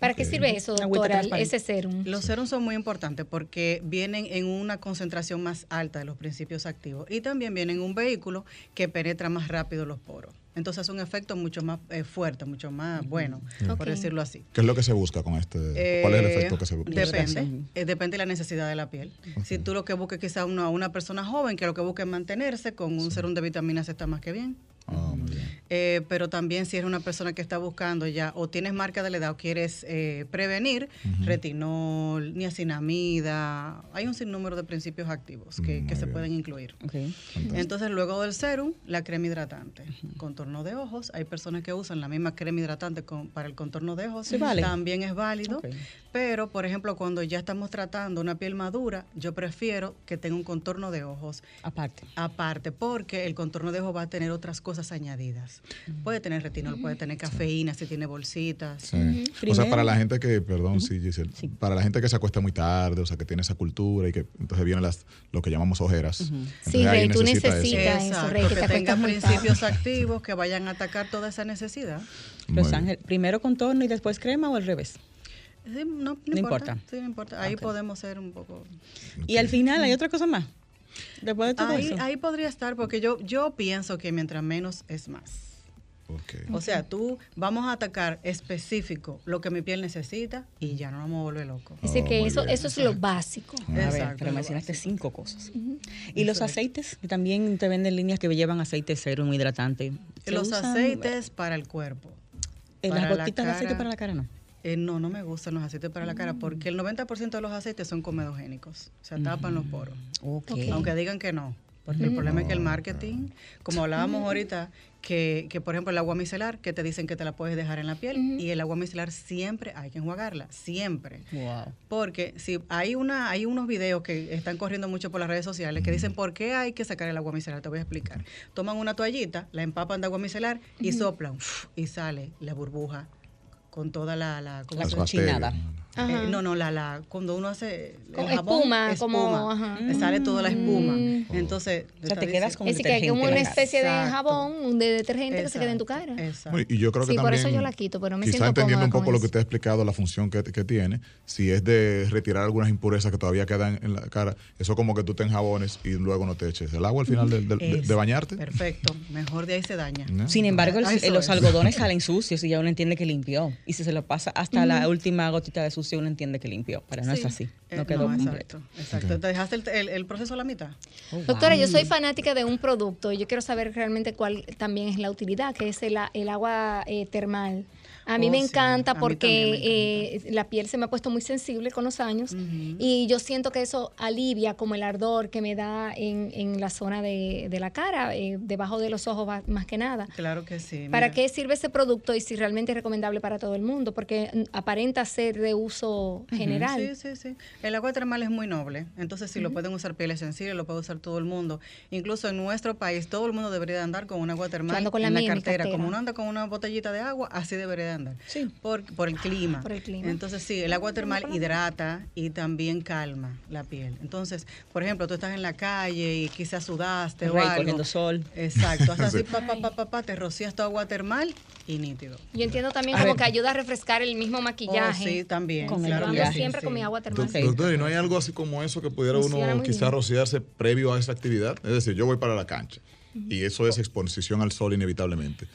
C: ¿Para qué sirve eso,
B: Agüita
C: doctora,
B: transparente.
C: ese serum?
D: Los serums son muy importantes porque vienen en una concentración más alta de los principios activos y también vienen en un vehículo que penetra más rápido los poros. Entonces es un efecto mucho más eh, fuerte, mucho más bueno,
C: Ok.
D: por decirlo así.
A: ¿Qué es lo que se busca con este? ¿Cuál es el
D: Eh,
A: efecto que se busca?
D: Depende, eh, depende de la necesidad de la piel. Si tú lo que busques quizá uno, a una persona joven que lo que busque es mantenerse con un serum de vitaminas está más que bien.
A: Ah, muy bien.
D: Eh, pero también si eres una persona que está buscando ya o tienes marca de la edad o quieres eh, prevenir, retinol, niacinamida, hay un sinnúmero de principios activos que,
A: Mm, muy
D: que se
A: bien.
D: pueden incluir.
B: Ok.
D: Entonces luego del serum, la crema hidratante, contorno de ojos, hay personas que usan la misma crema hidratante con- para el contorno de ojos,
B: Sí, vale.
D: también es válido,
B: Ok.
D: pero por ejemplo cuando ya estamos tratando una piel madura, yo prefiero que tenga un contorno de ojos
B: Aparte.
D: aparte, porque el contorno de ojo va a tener otras cosas añadidas. Puede tener retinol, puede tener cafeína, si tiene bolsitas.
A: Sí. O sea,
B: Primero-
A: para la gente que, perdón, sí, Giselle, para la gente que se acuesta muy tarde, o sea, que tiene esa cultura y que entonces vienen las lo que llamamos ojeras. Entonces,
C: Sí,
A: ahí
C: Rey, tú
A: necesita eso.
C: necesitas- Quita eso, Rey, que
D: que
C: te
D: tenga
C: acuestas muy tarde.
D: principios activos que vayan a atacar toda esa necesidad.
A: Muy
B: Los
A: bien.
B: Ángeles. Primero contorno y después crema o al revés.
D: Sí, no, no
B: No
D: importa.
B: importa.
D: Sí, no importa. Ahí
B: Ok.
D: podemos ser un poco...
B: Y al final
D: Mm.
B: hay otra cosa más. Después de todo
D: Ahí,
B: eso.
D: ahí podría estar, porque yo, yo pienso que mientras menos es más.
A: Ok.
D: O sea, tú vamos a atacar específico lo que mi piel necesita y ya no nos vamos a volver locos.
C: Es decir,
A: Oh,
C: que
A: muy
C: eso,
A: bien.
C: eso es lo básico.
B: A ver,
D: Exacto,
B: pero
D: lo
B: mencionaste
D: básico.
B: cinco cosas. ¿Y los aceites? Que también te venden líneas que llevan aceite cero, muy hidratante. ¿Se
D: Los
B: usan?
D: aceites para el cuerpo.
B: Eh,
D: para
B: las
D: la
B: gotitas de aceite
D: cara.
B: para la cara no.
D: Eh, no, no me gustan los aceites para la cara porque el 90% de los aceites son comedogénicos. O sea, tapan los poros.
B: Ok.
D: Aunque digan que no. Porque el problema es que el marketing, como hablábamos ahorita, que, que, por ejemplo el agua micelar, que te dicen que te la puedes dejar en la piel, y el agua micelar siempre hay que enjuagarla, siempre.
B: Wow.
D: Porque si hay una, hay unos videos que están corriendo mucho por las redes sociales que dicen por qué hay que sacar el agua micelar, te voy a explicar. Toman una toallita, la empapan de agua micelar y soplan ¡fuf! y sale la burbuja con toda la, la, ¿cómo
B: La
D: se-
A: Las bacterias.
B: cochinada.
C: Ajá.
D: eh, no, no, la, la, cuando uno hace el
C: Con
D: jabón,
C: espuma, como, ajá.
D: le sale toda la espuma.
C: Mm.
D: Entonces,
B: O sea, te
D: está
B: quedas
D: diciendo-
B: con
C: Es decir, que hay como una
B: detergente,
C: especie de
D: exacto.
C: jabón, de detergente que se quede en tu
D: Exacto,
C: cara.
D: Exacto.
A: Bueno, Y yo creo que
C: Sí, por
A: también,
C: eso yo la quito, pero me
A: quizá
C: siento
A: entendiendo
C: cómoda
A: un poco
C: con
A: lo que
C: eso.
A: usted ha explicado, la función que, que tiene, si es de retirar algunas impurezas que todavía quedan en la cara, eso como que tú te enjabones y luego no te eches el agua al final del- del- de,
D: Es-
A: de bañarte.
D: Perfecto, mejor de ahí se daña.
A: ¿no?
B: Sin embargo, el-
D: Ah, eso
B: eh, los
D: es.
B: algodones salen sucios y ya uno entiende que limpió. Y si se lo pasa hasta la última gotita de sucio, uno entiende que limpió. Pero no es
D: Sí.
B: así.
D: Eh,
B: No quedó completo.
D: exacto, exacto. Te dejaste el, el- el proceso a la mitad.
C: Doctora, yo soy fanática de un producto y yo quiero saber realmente cuál también es la utilidad, que es el, a- el agua eh, termal. A mí
D: Oh,
C: me
D: sí,
C: encanta
D: a mí
C: porque
D: también me
C: eh, la piel se me ha puesto muy sensible con los años y yo siento que eso alivia como el ardor que me da en, en la zona de, de la cara, eh, debajo de los ojos va- más que nada.
D: Claro que sí.
C: ¿Para
D: mira.
C: qué sirve ese producto y si realmente es recomendable para todo el mundo? Porque mm, aparenta ser de uso general.
D: Sí, sí, sí. El agua termal es muy noble. Entonces, si lo pueden usar pieles sensibles, lo puede usar todo el mundo. Incluso en nuestro país, todo el mundo debería de andar con un agua termal
C: Ando con la
D: en la
C: mía en mi
D: cartera.
C: cartera.
D: Como uno anda con una botellita de agua, así debería de andar.
B: Sí.
D: Por, por el clima.
C: Por el clima.
D: Entonces, sí, el agua termal hidrata y también calma la piel. Entonces, por ejemplo, tú estás en la calle y quizás sudaste o
B: Rey
D: algo.
B: cogiendo sol.
D: Exacto. Haces
A: Sí.
D: así, pa, pa, pa, pa, pa, te rocías tu agua termal y nítido.
C: Yo entiendo también
B: A
C: como
B: ver.
C: que ayuda a refrescar el mismo maquillaje.
D: Oh, sí, también.
B: Con el
C: Yo
D: claro
C: ando
D: que sí,
C: siempre ¿eh? con
D: sí.
C: mi agua
A: Do-
C: termal.
B: Ok.
A: Doctor, ¿y no hay algo así como eso que pudiera
C: Funciona
A: uno
C: muy
A: quizá
C: bien.
A: rociarse previo a esa actividad? Es decir, yo voy para la cancha y eso es exposición al sol inevitablemente.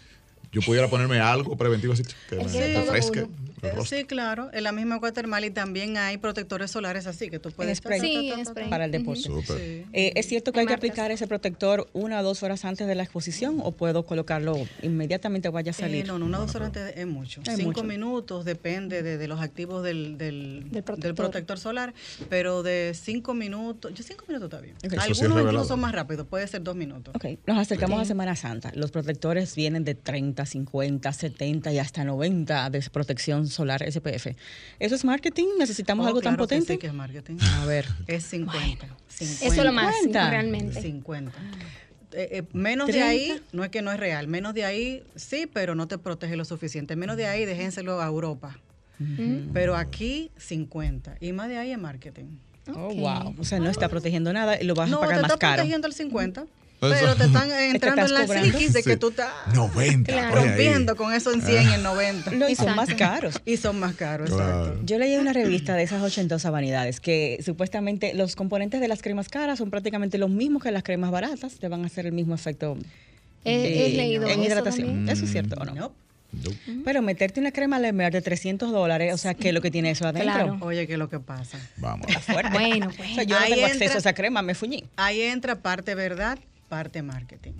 A: Yo pudiera ponerme algo preventivo así que me
C: que todo
A: refresque
C: uno.
A: el
D: Eh,
A: rostro.
D: Sí, claro, en la misma agua termal y también hay protectores solares así que tú puedes.
B: spray.
C: Sí, en spray.
B: Para el deporte.
A: Súper.
D: Sí.
B: Eh, ¿Es cierto que
C: Hay
B: hay que
C: marcas.
B: aplicar ese protector una o dos horas antes de la exposición o puedo colocarlo inmediatamente vaya a salir?
D: Eh, no, no, una dos horas antes es mucho.
B: Es
D: Cinco
B: mucho.
D: minutos depende de, de los activos del, del,
C: Del
D: del protector.
C: protector.
D: solar, pero de cinco minutos, yo cinco minutos está bien.
B: Eso sí es
D: Algunos
A: revelador.
D: incluso son más rápidos, puede ser dos minutos.
B: Ok, nos acercamos a Semana Santa. Los protectores vienen de 30, 50, 70 y hasta 90 de protección solar SPF. ¿Eso es marketing? ¿Necesitamos
D: Oh,
B: algo tan
D: claro que
B: potente?
D: sí, que es marketing.
B: A ver.
D: Es 50. 50.
C: Eso es lo más
B: 50.
C: realmente.
D: 50. Eh, eh, menos de ahí, no es que no es real, menos de ahí sí, pero no te protege lo suficiente. Menos de ahí, déjenselo a Europa. Pero aquí 50. Y más de ahí es marketing.
B: Oh,
C: Ok.
B: wow. O sea, no está protegiendo nada y lo vas a
D: no, te
B: pagar
D: estás
B: más caro.
D: protegiendo el 50,
A: Eso.
D: pero te están
B: que
D: entrando
B: estás
D: en la
B: cobrando.
D: psiquis de que
A: Sí.
D: tú estás
A: 90.
C: Claro.
A: por ahí.
D: rompiendo con eso en 100 y en 90.
B: No, y son
C: Exacto.
B: más caros.
D: Y son más caros,
A: Claro.
D: exacto.
B: Yo leí una revista de esas ochentosas vanidades que supuestamente los componentes de las cremas caras son prácticamente los mismos que las cremas baratas. Te van a hacer el mismo efecto
C: He- he
B: eh,
C: leído
B: en
C: eso
B: hidratación.
C: también.
B: ¿Eso es cierto o no?
D: Nope.
A: No.
B: Pero meterte una crema Lemer de 300 dólares, o sea, ¿qué es lo que tiene eso adentro?
C: Claro.
D: Oye, ¿qué es lo que pasa?
A: Vamos.
B: Fuerte.
C: Bueno,
B: O
C: pues. bueno.
B: sea, yo no
D: Ahí
B: tengo
D: entra-
B: acceso a esa crema, me fuñí.
D: Ahí entra parte verdad, parte marketing.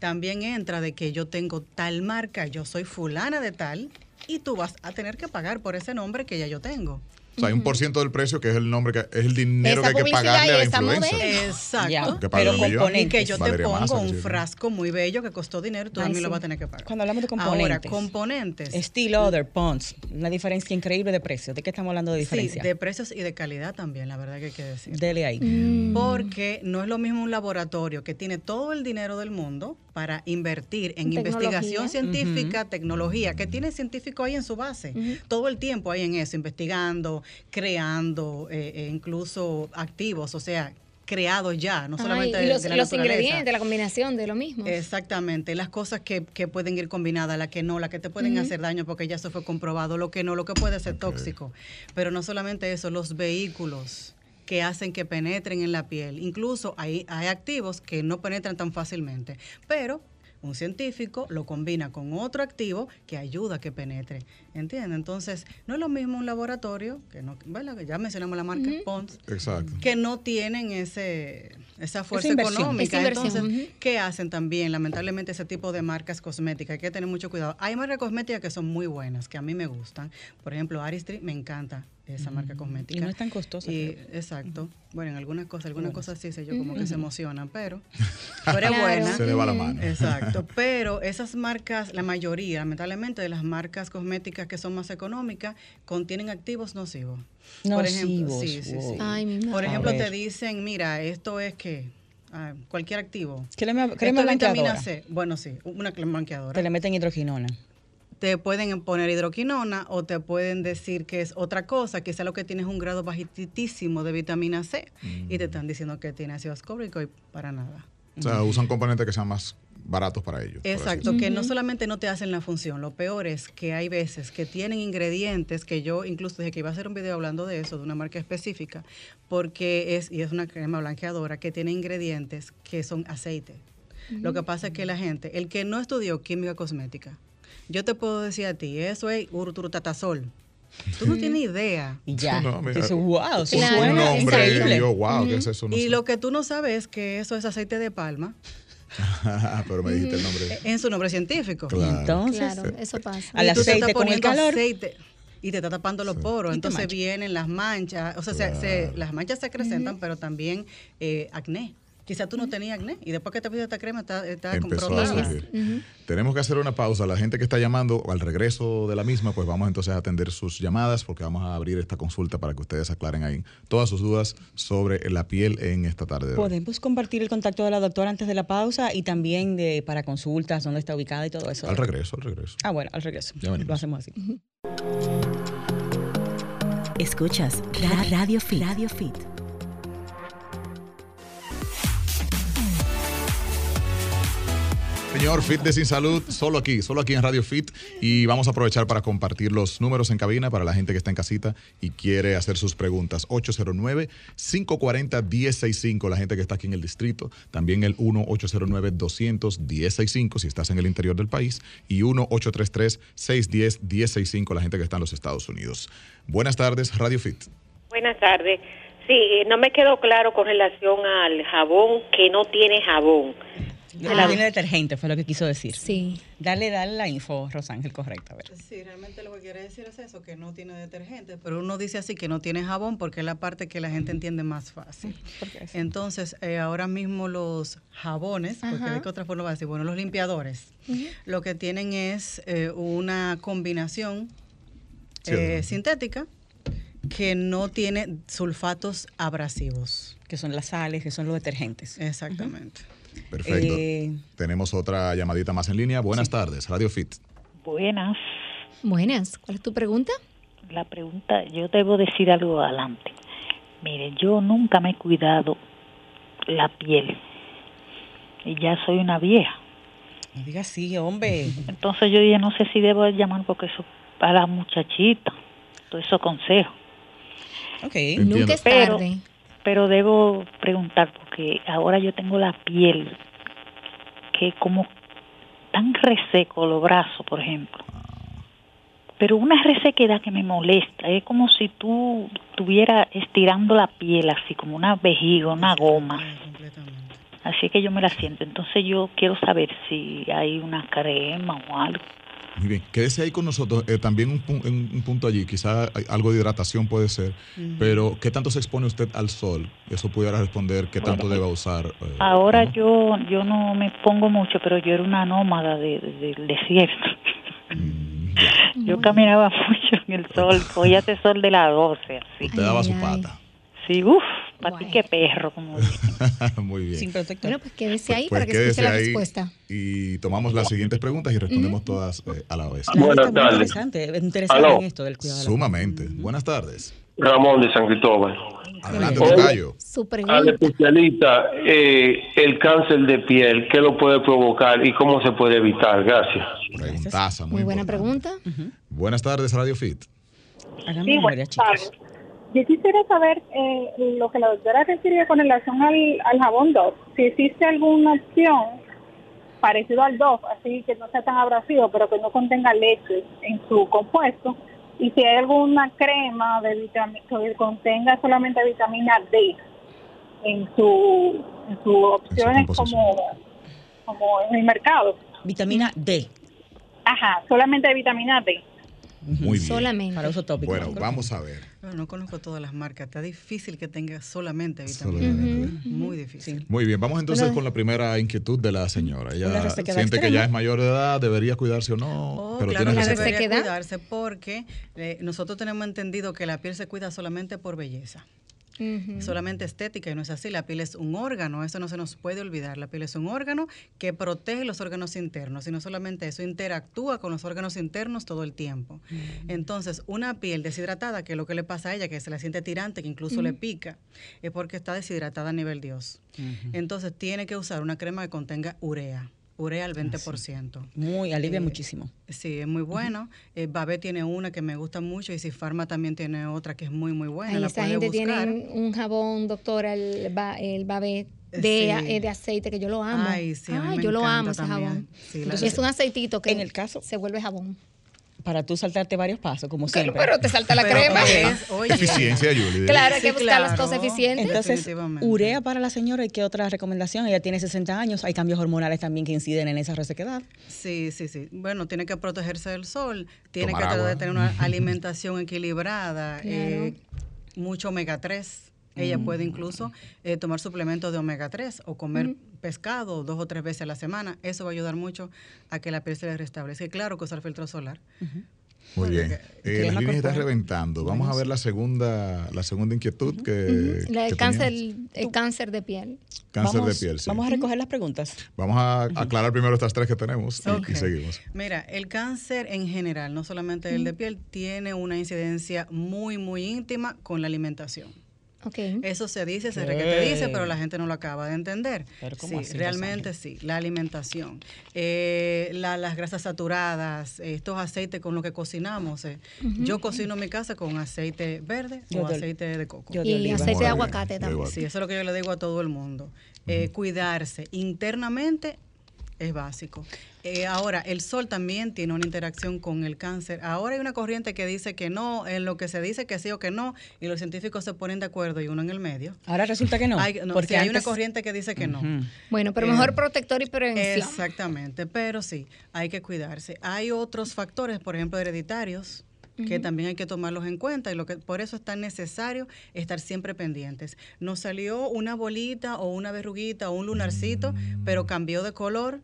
D: También entra de que yo tengo tal marca, yo soy fulana de tal, y tú vas a tener que pagar por ese nombre que ya yo tengo.
A: O sea, hay un por ciento del precio que es el nombre, que es el dinero
C: Esa
A: que hay que
C: publicidad
A: pagarle
C: y
A: a la
C: esa
A: influencer.
C: modelo.
B: Ya,
D: Exacto.
A: Que pague
B: pero
A: un millón.
D: Y que
B: componentes.
D: yo te
A: Valeria
D: pongo
A: Massa,
D: un
A: sí.
D: frasco muy bello que costó dinero, tú
B: Ay,
D: también lo
B: sí.
D: vas a tener que pagar.
B: Cuando hablamos de
D: Ahora,
B: componentes.
D: componentes.
B: Steel Other Pons, una diferencia increíble de precio. ¿De qué estamos hablando de
D: Sí,
B: diferencia?
D: de Mm. precios y de calidad también, la verdad que hay que decir.
B: Dele ahí.
C: Mm.
D: Porque no es lo mismo un laboratorio que tiene todo el dinero del mundo para invertir en
C: Tecnología.
D: investigación científica, tecnología, que tiene científico ahí en su base, todo el tiempo ahí en eso, investigando, creando, eh, eh, incluso activos, o sea, creados ya, no
C: Ay,
D: solamente
C: y
D: de-
C: los,
D: de la
C: los
D: naturaleza.
C: ingredientes, la combinación de lo mismo.
D: Exactamente, las cosas que, que pueden ir combinadas, las que no, las que te pueden hacer daño porque ya eso fue comprobado, lo que no, lo que puede ser tóxico. Pero no solamente eso, los vehículos que hacen que penetren en la piel. Incluso hay, hay activos que no penetran tan fácilmente, pero un científico lo combina con otro activo que ayuda a que penetre. ¿Entiendes? Entonces, no es lo mismo un laboratorio, que no, ¿verdad? Que ya mencionamos la marca Pons,
A: Exacto.
D: que no tienen ese, esa fuerza
B: Esa inversión.
D: económica.
C: Esa inversión,
D: Entonces,
C: ujú.
D: ¿qué hacen también? Lamentablemente ese tipo de marcas cosméticas, hay que tener mucho cuidado. Hay marcas cosméticas que son muy buenas, que a mí me gustan. Por ejemplo, Aristry, me encanta esa marca cosmética.
B: Mm, Y no es tan costosa,
D: Y-
B: creo.
D: Exacto. Bueno, en algunas cosas, algunas cosas sí sé yo como que se emocionan, pero, pero es
C: Claro.
D: buena.
A: Se le va la mano.
D: Exacto, pero esas marcas, la mayoría, lamentablemente, de las marcas cosméticas que son más económicas, contienen activos nocivos.
B: Nocivos,
D: sí, sí, sí.
B: wow.
C: Ay, mi
D: Por
C: madre.
D: ejemplo,
B: A ver.
D: te dicen, mira, esto es que ah, cualquier activo.
B: Crema,
D: Esto
B: crema
D: es vitamina
B: blanqueadora.
D: C. Bueno, sí, una crema blanqueadora.
B: Te le meten hidroquinona.
D: Te pueden poner hidroquinona o te pueden decir que es otra cosa, quizá lo que tienes es un grado bajitísimo de vitamina C
B: Mm.
D: y te están diciendo que tiene ácido ascórbico y para nada.
A: O sea, usan componentes que sean más baratos para ellos. por así
D: Exacto, que no solamente no te hacen la función, lo peor es que hay veces que tienen ingredientes que yo incluso dije que iba a hacer un video hablando de eso, de una marca específica, porque es, y es una crema blanqueadora que tiene ingredientes que son aceite. Lo que pasa es que la
A: Mm.
D: gente, el que no estudió química cosmética, yo te puedo decir a ti, eso es urtutatasol. Tú no tienes idea.
B: Y ya.
A: No, mira.
B: Dices, wow,
A: Un,
C: Claro,
A: un
B: suena
A: nombre
B: increíble.
A: y yo, wow, ¿qué es eso? No
D: y
A: sé.
D: lo que tú no sabes es que eso es aceite de palma
A: Pero me dijiste el nombre.
D: en su nombre científico.
A: Claro.
B: Entonces,
C: Claro, eso pasa.
B: al
D: Y tú te
B: aceite
D: estás
B: con el
D: poniendo
B: calor.
D: aceite y te está tapando los poros.
B: te
D: Entonces
B: mancha.
D: vienen las manchas. O sea, se- se- las manchas se acrecentan, pero también eh, acné. Quizás tú no tenías acné y después que te pusiste esta crema está, está con
A: Empezó a
D: problemas.
A: surgir. Tenemos que hacer una pausa. La gente que está llamando al regreso de la misma, pues vamos entonces a atender sus llamadas porque vamos a abrir esta consulta para que ustedes aclaren ahí todas sus dudas sobre la piel en esta tarde. de hoy.
B: Podemos compartir el contacto de la doctora antes de la pausa y también de para consultas, dónde está ubicada y todo eso.
A: Al regreso, al regreso.
B: Ah, bueno, al regreso.
A: Ya venimos.
B: Lo hacemos así.
G: Escuchas Ra- Radio Fit. Radio Fit.
A: Señor Fitness sin Salud, solo aquí, solo aquí en Radio Fit. Y vamos a aprovechar para compartir los números en cabina para la gente que está en casita y quiere hacer sus preguntas. 809-540-1065, la gente que está aquí en el distrito. También el 1-809-200-1065, si estás en el interior del país. Y 1-833-610-1065, la gente que está en los Estados Unidos. Buenas tardes, Radio Fit.
F: Buenas tardes. Sí, eh, no me quedó claro con relación al jabón que no tiene jabón.
B: De la línea detergente fue lo que quiso decir.
C: Sí.
B: Dale, dale la info, Rosángel, correcta. A ver.
D: Sí, realmente lo que quiere decir es eso, que no tiene detergente, pero uno dice así que no tiene jabón porque es la parte que la gente entiende más fácil. Entonces, eh, ahora mismo los jabones, porque de qué otra forma va a decir, bueno, los limpiadores, lo que tienen es eh, una combinación
A: Sí,
D: eh,
A: adelante.
D: sintética que no tiene sulfatos abrasivos.
B: Que son las sales, que son los detergentes.
D: Eh, Exactamente.
A: Perfecto.
B: Eh,
A: Tenemos otra llamadita más en línea. Buenas tardes, Radio Fit.
H: Buenas.
C: Buenas. ¿Cuál es tu pregunta?
H: La pregunta, yo debo decir algo adelante. Mire, yo nunca me he cuidado la piel y ya soy una vieja.
B: no digas sí, hombre.
H: Entonces yo ya no sé si debo llamar porque eso para muchachita, todo eso consejo.
B: Ok.
A: Entiendo.
C: Nunca es
H: Pero-
C: tarde.
H: Pero debo preguntar porque ahora yo tengo la piel que como tan reseco los brazos, por ejemplo. Pero una resequedad que me molesta, es como si tú estuviera estirando la piel así, como una vejiga, una goma.
D: Sí, completamente.
H: Así que yo me la siento. Entonces yo quiero saber si hay una crema o algo.
A: Muy bien, quédese ahí con nosotros. Eh, también un, pu- un- un punto allí, quizá hay algo de hidratación puede ser, pero ¿qué tanto se expone usted al sol? Eso pudiera responder qué tanto deba usar. eh,
H: Ahora
A: ¿no?
H: yo yo no me pongo mucho, pero yo era una nómada de- de- del desierto.
A: Mm,
H: Yo caminaba mucho en el sol, cogía ese sol de las 12, así.
A: Usted daba
C: Ay,
A: su
C: ay, ay.
A: pata.
H: Sí, uff,
C: Guay.
H: patique perro, como dicen.
A: Muy bien.
B: Sin protector.
C: Bueno, pues quédese ahí
A: Pues-
C: para que
A: pues
C: escuche la
A: quédese ahí
C: respuesta.
A: Y tomamos las siguientes preguntas y respondemos todas eh, a la vez.
C: Ah,
B: Claro,
I: Buenas
B: está muy
I: tardes.
B: Interesante, interesante
I: Aló.
B: en esto del cuidado. de la-
A: Sumamente. Buenas tardes.
I: Ramón de San Cristóbal.
A: Adelante,
I: Hola.
A: tocayo.
C: Su
I: Al
J: pues.
C: pregunta.
I: especialista, eh, el cáncer de piel, ¿qué lo puede provocar y cómo se puede evitar? Gracias.
A: Preguntaza. Muy,
C: Muy buena
A: importante.
C: pregunta.
A: Buenas tardes, Radio Fit.
B: Hagamos
E: Sí,
B: memoria,
E: buenas
B: chicas.
E: tardes. Yo quisiera saber eh, lo que la doctora refiere con relación al, al jabón DOT. Si existe alguna opción
K: parecido al DOF, así que no sea tan abrasivo, pero que no contenga leche en su compuesto. Y si hay alguna crema de vitami- que contenga solamente vitamina D en su, en su opción es como, como en el mercado.
B: Vitamina D.
K: Ajá, solamente vitamina D.
A: Muy bien.
C: Solamente.
B: Para uso tópico.
A: Bueno, vamos a ver.
D: No, no conozco todas las marcas. Está difícil que tenga solamente vitamina
A: Solamente.
D: D. Muy difícil.
A: Muy bien, vamos entonces
D: Una-
A: con la primera inquietud de la señora.
D: Una
A: Ella siente
D: resequedad
A: que
D: extrema.
A: ya es mayor de edad, debería cuidarse o no,
D: Oh,
A: pero
D: claro
A: tiene
D: que
A: resequedad.
D: debería cuidarse porque eh, nosotros tenemos entendido que la piel se cuida solamente por belleza. solamente estética y no es así. La piel es un órgano, eso no se nos puede olvidar. La piel es un órgano que protege los órganos internos y no solamente eso, interactúa con los órganos internos todo el tiempo. Entonces, una piel deshidratada, que es lo que le pasa a ella, que se la siente tirante, que incluso le
L: Ujú.
D: pica, es porque está deshidratada a nivel Dios. Entonces, tiene que usar una crema que contenga urea, urea al 20%.
B: Muy, alivia
D: Eh,
B: muchísimo.
D: Sí, es muy bueno. Eh, Babé tiene una que me gusta mucho y Cifarma también tiene otra que es muy, muy buena.
C: Ahí
D: la
C: esa
D: puede
C: gente
D: buscar.
C: tiene un jabón, doctora, el, ba- el babé de,
D: Sí.
C: eh, de aceite, que yo lo amo.
D: Ay, sí, a mí
C: Ay,
D: me
C: yo lo
D: encanta
C: amo ese
D: también.
C: jabón.
D: Sí, la
C: Entonces,
D: verdad.
C: es un aceitito que en el caso, se vuelve jabón.
B: Para tú saltarte varios pasos, como siempre.
C: pero te salta la Pero, crema. oye, oye. Eficiencia, Julie. Claro, hay que Sí, buscar las claro. cosas eficientes.
B: Entonces,
C: Definitivamente.
B: urea para la señora. ¿Y qué otra recomendación? Ella tiene 60 años. Hay cambios hormonales también que inciden en esa resequedad.
D: Sí, sí, sí. Bueno, tiene que protegerse del sol, tiene
B: Tomar
D: que tratar
B: agua.
D: de tener una alimentación equilibrada,
B: Claro.
D: eh, mucho omega 3. Ella
L: Mm.
D: puede incluso eh, tomar suplementos de omega 3 o comer
L: Mm.
D: pescado dos o tres veces a la semana. Eso va a ayudar mucho a que la piel se le restablezca. Y claro que usar filtro solar.
A: Muy bien. Eh,
D: crema
A: las líneas están
D: corporal.
A: reventando. Vamos a ver la segunda, la segunda inquietud que,
C: La-
A: que
C: el, cáncer,
A: teníamos.
C: el cáncer de piel.
A: Cáncer de piel, sí.
B: Vamos a recoger las preguntas.
A: Vamos a aclarar primero estas tres que tenemos y- y
D: Ok.
A: seguimos.
D: Mira, el cáncer en general, no solamente el de piel, tiene una incidencia muy, muy íntima con la alimentación. Eso se dice, se requete dice, pero la gente no lo acaba de entender.
L: Pero ¿cómo
D: sí,
L: así,
D: realmente sí, la alimentación, eh, la- las grasas saturadas, eh, estos aceites con los que cocinamos. eh.
L: Ujú.
D: Yo cocino en mi casa con aceite verde
L: Yo
D: o
L: de ol-
D: aceite de coco.
L: yo de Y oliva. aceite de Muy bien, aguacate de también. aguacate.
D: Sí, eso es lo que yo le digo a todo el mundo. Eh, Cuidarse internamente es básico. Eh, ahora, el sol también tiene una interacción con el cáncer. Ahora hay una corriente que dice que no, en lo que se dice que sí o que no, y los científicos se ponen de acuerdo y uno en el medio.
B: Ahora resulta que no.
D: Hay, no,
B: porque
D: sí, hay una
B: antes-
D: corriente que dice que no.
B: Ujú.
C: Bueno, pero
D: Eh,
C: mejor protector y prevención.
D: Exactamente, pero sí, hay que cuidarse. Hay otros factores, por ejemplo, hereditarios que
L: Ujú.
D: también hay que tomarlos en cuenta y lo que por eso es tan necesario estar siempre pendientes. Nos salió una bolita o una verruguita o un lunarcito, pero cambió de color,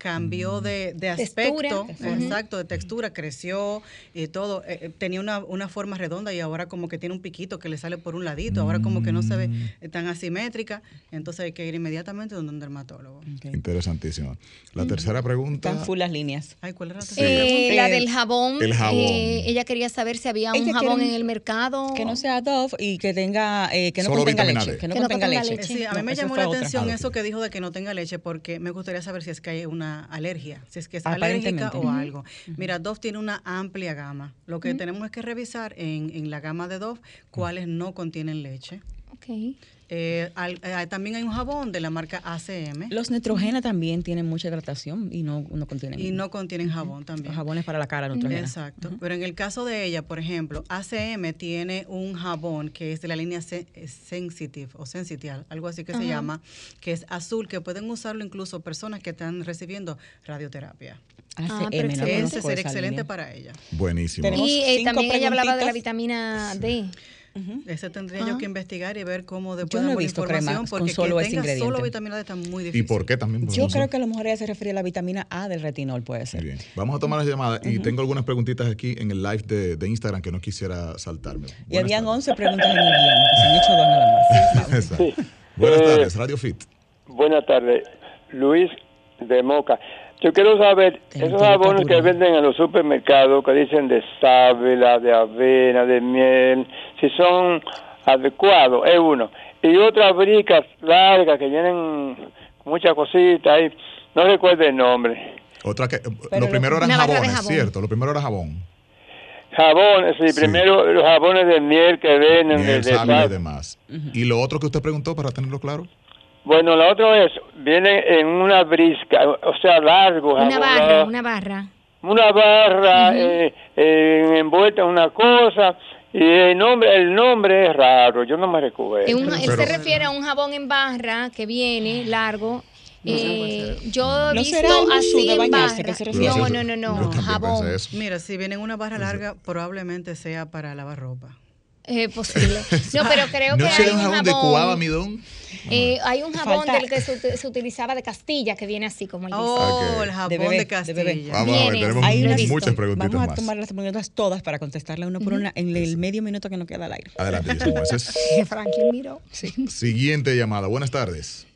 D: cambió de, de
L: Textura.
D: aspecto,
L: Ujú.
D: exacto, de textura, creció y todo. Eh, eh, tenía una, una forma redonda y ahora como que tiene un piquito que le sale por un ladito, ahora como que no se ve
L: Mm.
D: eh, tan asimétrica, entonces hay que ir inmediatamente donde un dermatólogo.
A: Interesantísimo. La tercera pregunta.
B: Están full las líneas.
D: Ay, ¿cuál era la
C: Eh, la
B: Eh,
C: del jabón.
A: el jabón.
C: eh, ella quería saber si había un
B: Ella
C: jabón
B: quiere
C: en el mercado.
B: Que no sea Dove y que tenga eh, que no
A: Solo
B: contenga
A: vitamina
B: leche.
A: D.
B: Que no contenga leche.
D: Eh, Sí, a mí
B: No,
D: me
B: eso
D: llamó
B: fue
D: la
B: otra.
D: atención eso que dijo de que no tenga leche porque me gustaría saber si es que hay una alergia, si es que es alérgica
B: Aparentemente.
D: o
B: Ujú.
D: algo. Mira, Dove tiene una amplia gama. Lo que tenemos es que revisar en, en la gama de Dove cuáles no contienen leche. Eh, al- eh, también hay un jabón de la marca ACM
B: Los Neutrogena también tienen mucha hidratación y no, no contienen.
D: y no contienen jabón también.
B: Los jabones para la cara, Neutrogena.
D: Exacto. Pero en el caso de ella, por ejemplo, ACM tiene un jabón que es de la línea se- eh, Sensitive o Sensitial, algo así que
L: Ajá.
D: se llama, que es azul, que pueden usarlo incluso personas que están recibiendo radioterapia.
B: Ah, pero ACM, no
D: Ese
B: conozco
D: sería
B: esa
D: excelente
B: línea.
D: para ella.
A: Buenísimo.
B: Tenemos
C: Y eh,
B: cinco
C: también ella hablaba de la
B: preguntitas.
C: vitamina D.
D: Ese tendría yo
C: Ajá.
D: que investigar y ver cómo
B: Ah. Yo
D: después
B: no he
D: damos
B: visto
D: información,
B: cremas con
D: porque
B: solo
D: que
B: ese
D: tenga solo
B: ingrediente.
D: vitamina D está muy
A: ¿Y
D: difícil.
A: por qué también? Porque
B: Yo
A: no sé.
B: creo que a lo mejor ella se refería a la vitamina A del retinol, puede ser.
A: Bien. Vamos a tomar las llamadas y tengo algunas preguntitas aquí en el live de, de Instagram que no quisiera saltarme.
B: Y habían 11 preguntas en el guión, que se han hecho dos nada más.
A: Exacto. Buenas
J: Eh,
A: tardes, Radio Fit.
J: Buenas tardes, Luis de Moca. Yo quiero saber, esos jabones que venden en los supermercados, que dicen de sábila, de avena, de miel, si son adecuados, es uno. Y otras bricas largas que llenan muchas cositas ahí, no recuerdo el nombre.
A: Otra que, eh, lo primero eran
J: Una barra de
A: jabones,
J: jabón.
A: ¿cierto? Lo primero era jabón.
J: Jabones, sí, primero los jabones de miel que venden.
A: Miel,
J: de- de
A: sábila y
J: sal-
A: demás. Y lo otro que usted preguntó, para tenerlo claro,
J: Bueno, la otra es, viene en una brisca, o sea, largo.
C: Una barra, una barra.
J: Una barra eh, eh, envuelta en una cosa. Y el nombre, el nombre es raro, yo no me recuerdo.
C: En un- él se refiere a un jabón en barra que viene largo. Eh, yo he
B: ¿No
C: visto
B: será el uso
C: así
B: de
C: en
B: bañarse que
C: barra.
B: se
D: refiere?
C: No, no, no, no, jabón.
D: Mira, si viene en una barra larga, probablemente sea para lavar ropa.
C: Es eh, posible. No, pero creo
D: ¿No
C: que hay
D: será
C: un
D: un
C: jabón.
D: jabón de Cuava,
A: mi don?
C: Eh, hay un jabón
D: Falta-
C: del que se, ut- se utilizaba de Castilla que viene así como el
D: Oh, el jabón de, Castilla.
A: Vamos a ver,
C: Viene,
A: tenemos
C: ahí lo he
A: muchas
C: visto.
A: preguntitas
B: Vamos a
A: más.
B: tomar las preguntas todas para contestarla una por una en el medio minuto que nos queda al aire.
A: Adelante, Jason Moisés.
C: Franklin miró.
A: Siguiente llamada. Buenas tardes.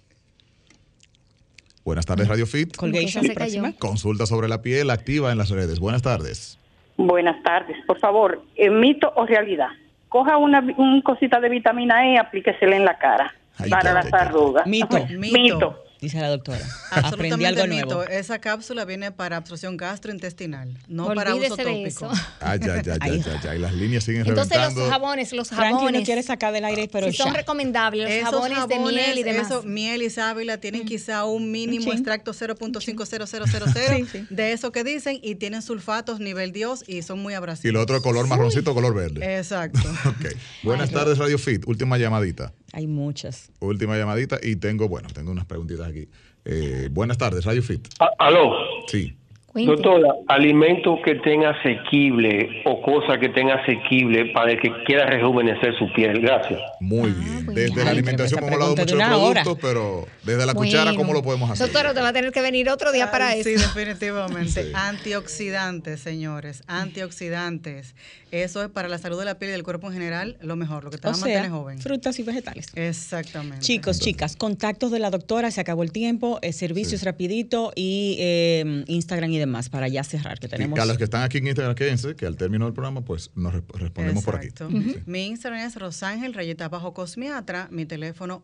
A: Buenas tardes, Radio Fit.
B: Colgation, Se cayó. próxima.
A: Consulta sobre la piel activa en las redes. Buenas tardes.
L: Buenas tardes. Por favor, eh, mito o realidad. Coja una vi- un cosita de vitamina E y aplíquesela en la cara para las arrugas.
B: Mito.
L: Mito. Mito.
B: Dice la doctora. Aprendí
D: Absolutamente
B: algo
D: mito.
B: nuevo.
D: Esa cápsula viene para absorción gastrointestinal, no para uso
C: Olvídese de
D: tópico.
C: eso.
A: Ay, ya, ya, ya, ya, ya. Y las líneas siguen
C: Entonces
A: reventando.
C: los jabones, los
B: Franklin
C: jabones.
B: no quiere sacar del aire, pero
C: Sí, son
B: ya.
C: recomendables los
D: Esos
C: jabones, de miel y demás. Mm.
D: Eso, miel y sábila tienen quizá un mínimo
B: chin.
D: extracto 0.50000 de eso que dicen y tienen sulfatos nivel Dios y son muy abrasivos.
A: Y lo otro color marroncito, color verde.
D: Exacto.
A: Ok. Buenas
D: Eh. Ay,
A: tardes, Radio Fit. Última llamadita.
B: Hay muchas.
A: Última llamadita. Y tengo, bueno, tengo unas preguntitas aquí. Eh, buenas tardes, Radio Fit.
I: Aló.
A: Sí.
I: Doctora, alimentos que estén asequible o cosas que estén asequible para el que quiera rejuvenecer su piel. Gracias.
A: Muy bien. Desde la alimentación
B: esa
A: hemos hablado
B: pregunta
A: mucho
B: de
A: de
B: una hora.
A: productos, pero desde la cuchara,
B: Bueno.
A: ¿cómo lo podemos hacer?
C: Doctora, te va a tener que venir otro día para
D: Ay, Sí,
C: eso.
D: definitivamente. Antioxidantes, señores, antioxidantes. Eso es para la salud de la piel y del cuerpo en general lo mejor, lo que te
B: O
D: va a mantener
B: sea,
D: joven.
B: frutas y vegetales.
D: Exactamente.
B: Chicos, chicas, contactos de la doctora, se acabó el tiempo, eh, servicios rapidito y eh, Instagram y demás para ya cerrar que tenemos.
A: Y a los que están aquí en Instagram, quédense, que al término del programa, pues nos resp- respondemos
D: Exacto.
A: por aquí. Sí.
D: Mi Instagram es Rosángel Rayeta Bajo Cosmiatra, mi teléfono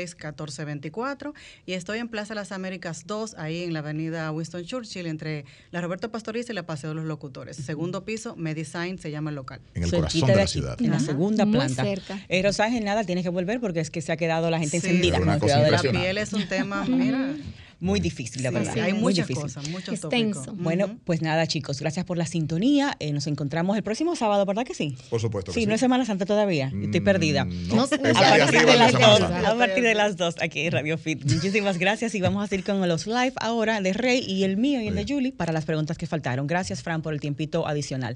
D: 849-206-1424 y estoy en Plaza Las Américas 2, ahí en la avenida Winston Churchill, entre la Roberto Pastoriza y la Paseo de los Locutores. Segundo piso, Medisign se llama el local.
A: En el corazón
B: Cerquita
A: de la
B: aquí,
A: ciudad.
B: En la
A: Ajá.
B: segunda
D: Muy
B: planta.
D: cerca.
B: Eh, Rosángel, nada, tienes que volver porque es que se ha quedado la gente
D: Sí.
B: encendida.
D: Pero una
B: con el
D: cosa
B: cuidado de la
D: impresionante.
B: piel.
D: Es un tema, mira.
B: Muy difícil, la
D: Sí,
B: verdad.
D: sí, hay
B: muy
D: muchas
B: difícil.
D: cosas, muchos Extenso. tópicos.
B: Bueno,
D: Ujú.
B: pues nada, chicos, gracias por la sintonía. Eh, nos encontramos el próximo sábado, ¿verdad que sí?
A: Por supuesto. que Mm,
B: Sí, no es Semana Santa todavía. Estoy perdida.
A: no. Es
B: a,
A: día
B: partir
A: arriba
B: de
A: Pues de
B: las
A: Semana
B: dos,
A: Santa.
B: a partir de las dos aquí en Radio Fit. Muchísimas gracias y vamos a seguir con los live ahora de Rey y el mío y el de Julie para las preguntas que faltaron. Gracias, Fran, por el tiempito adicional.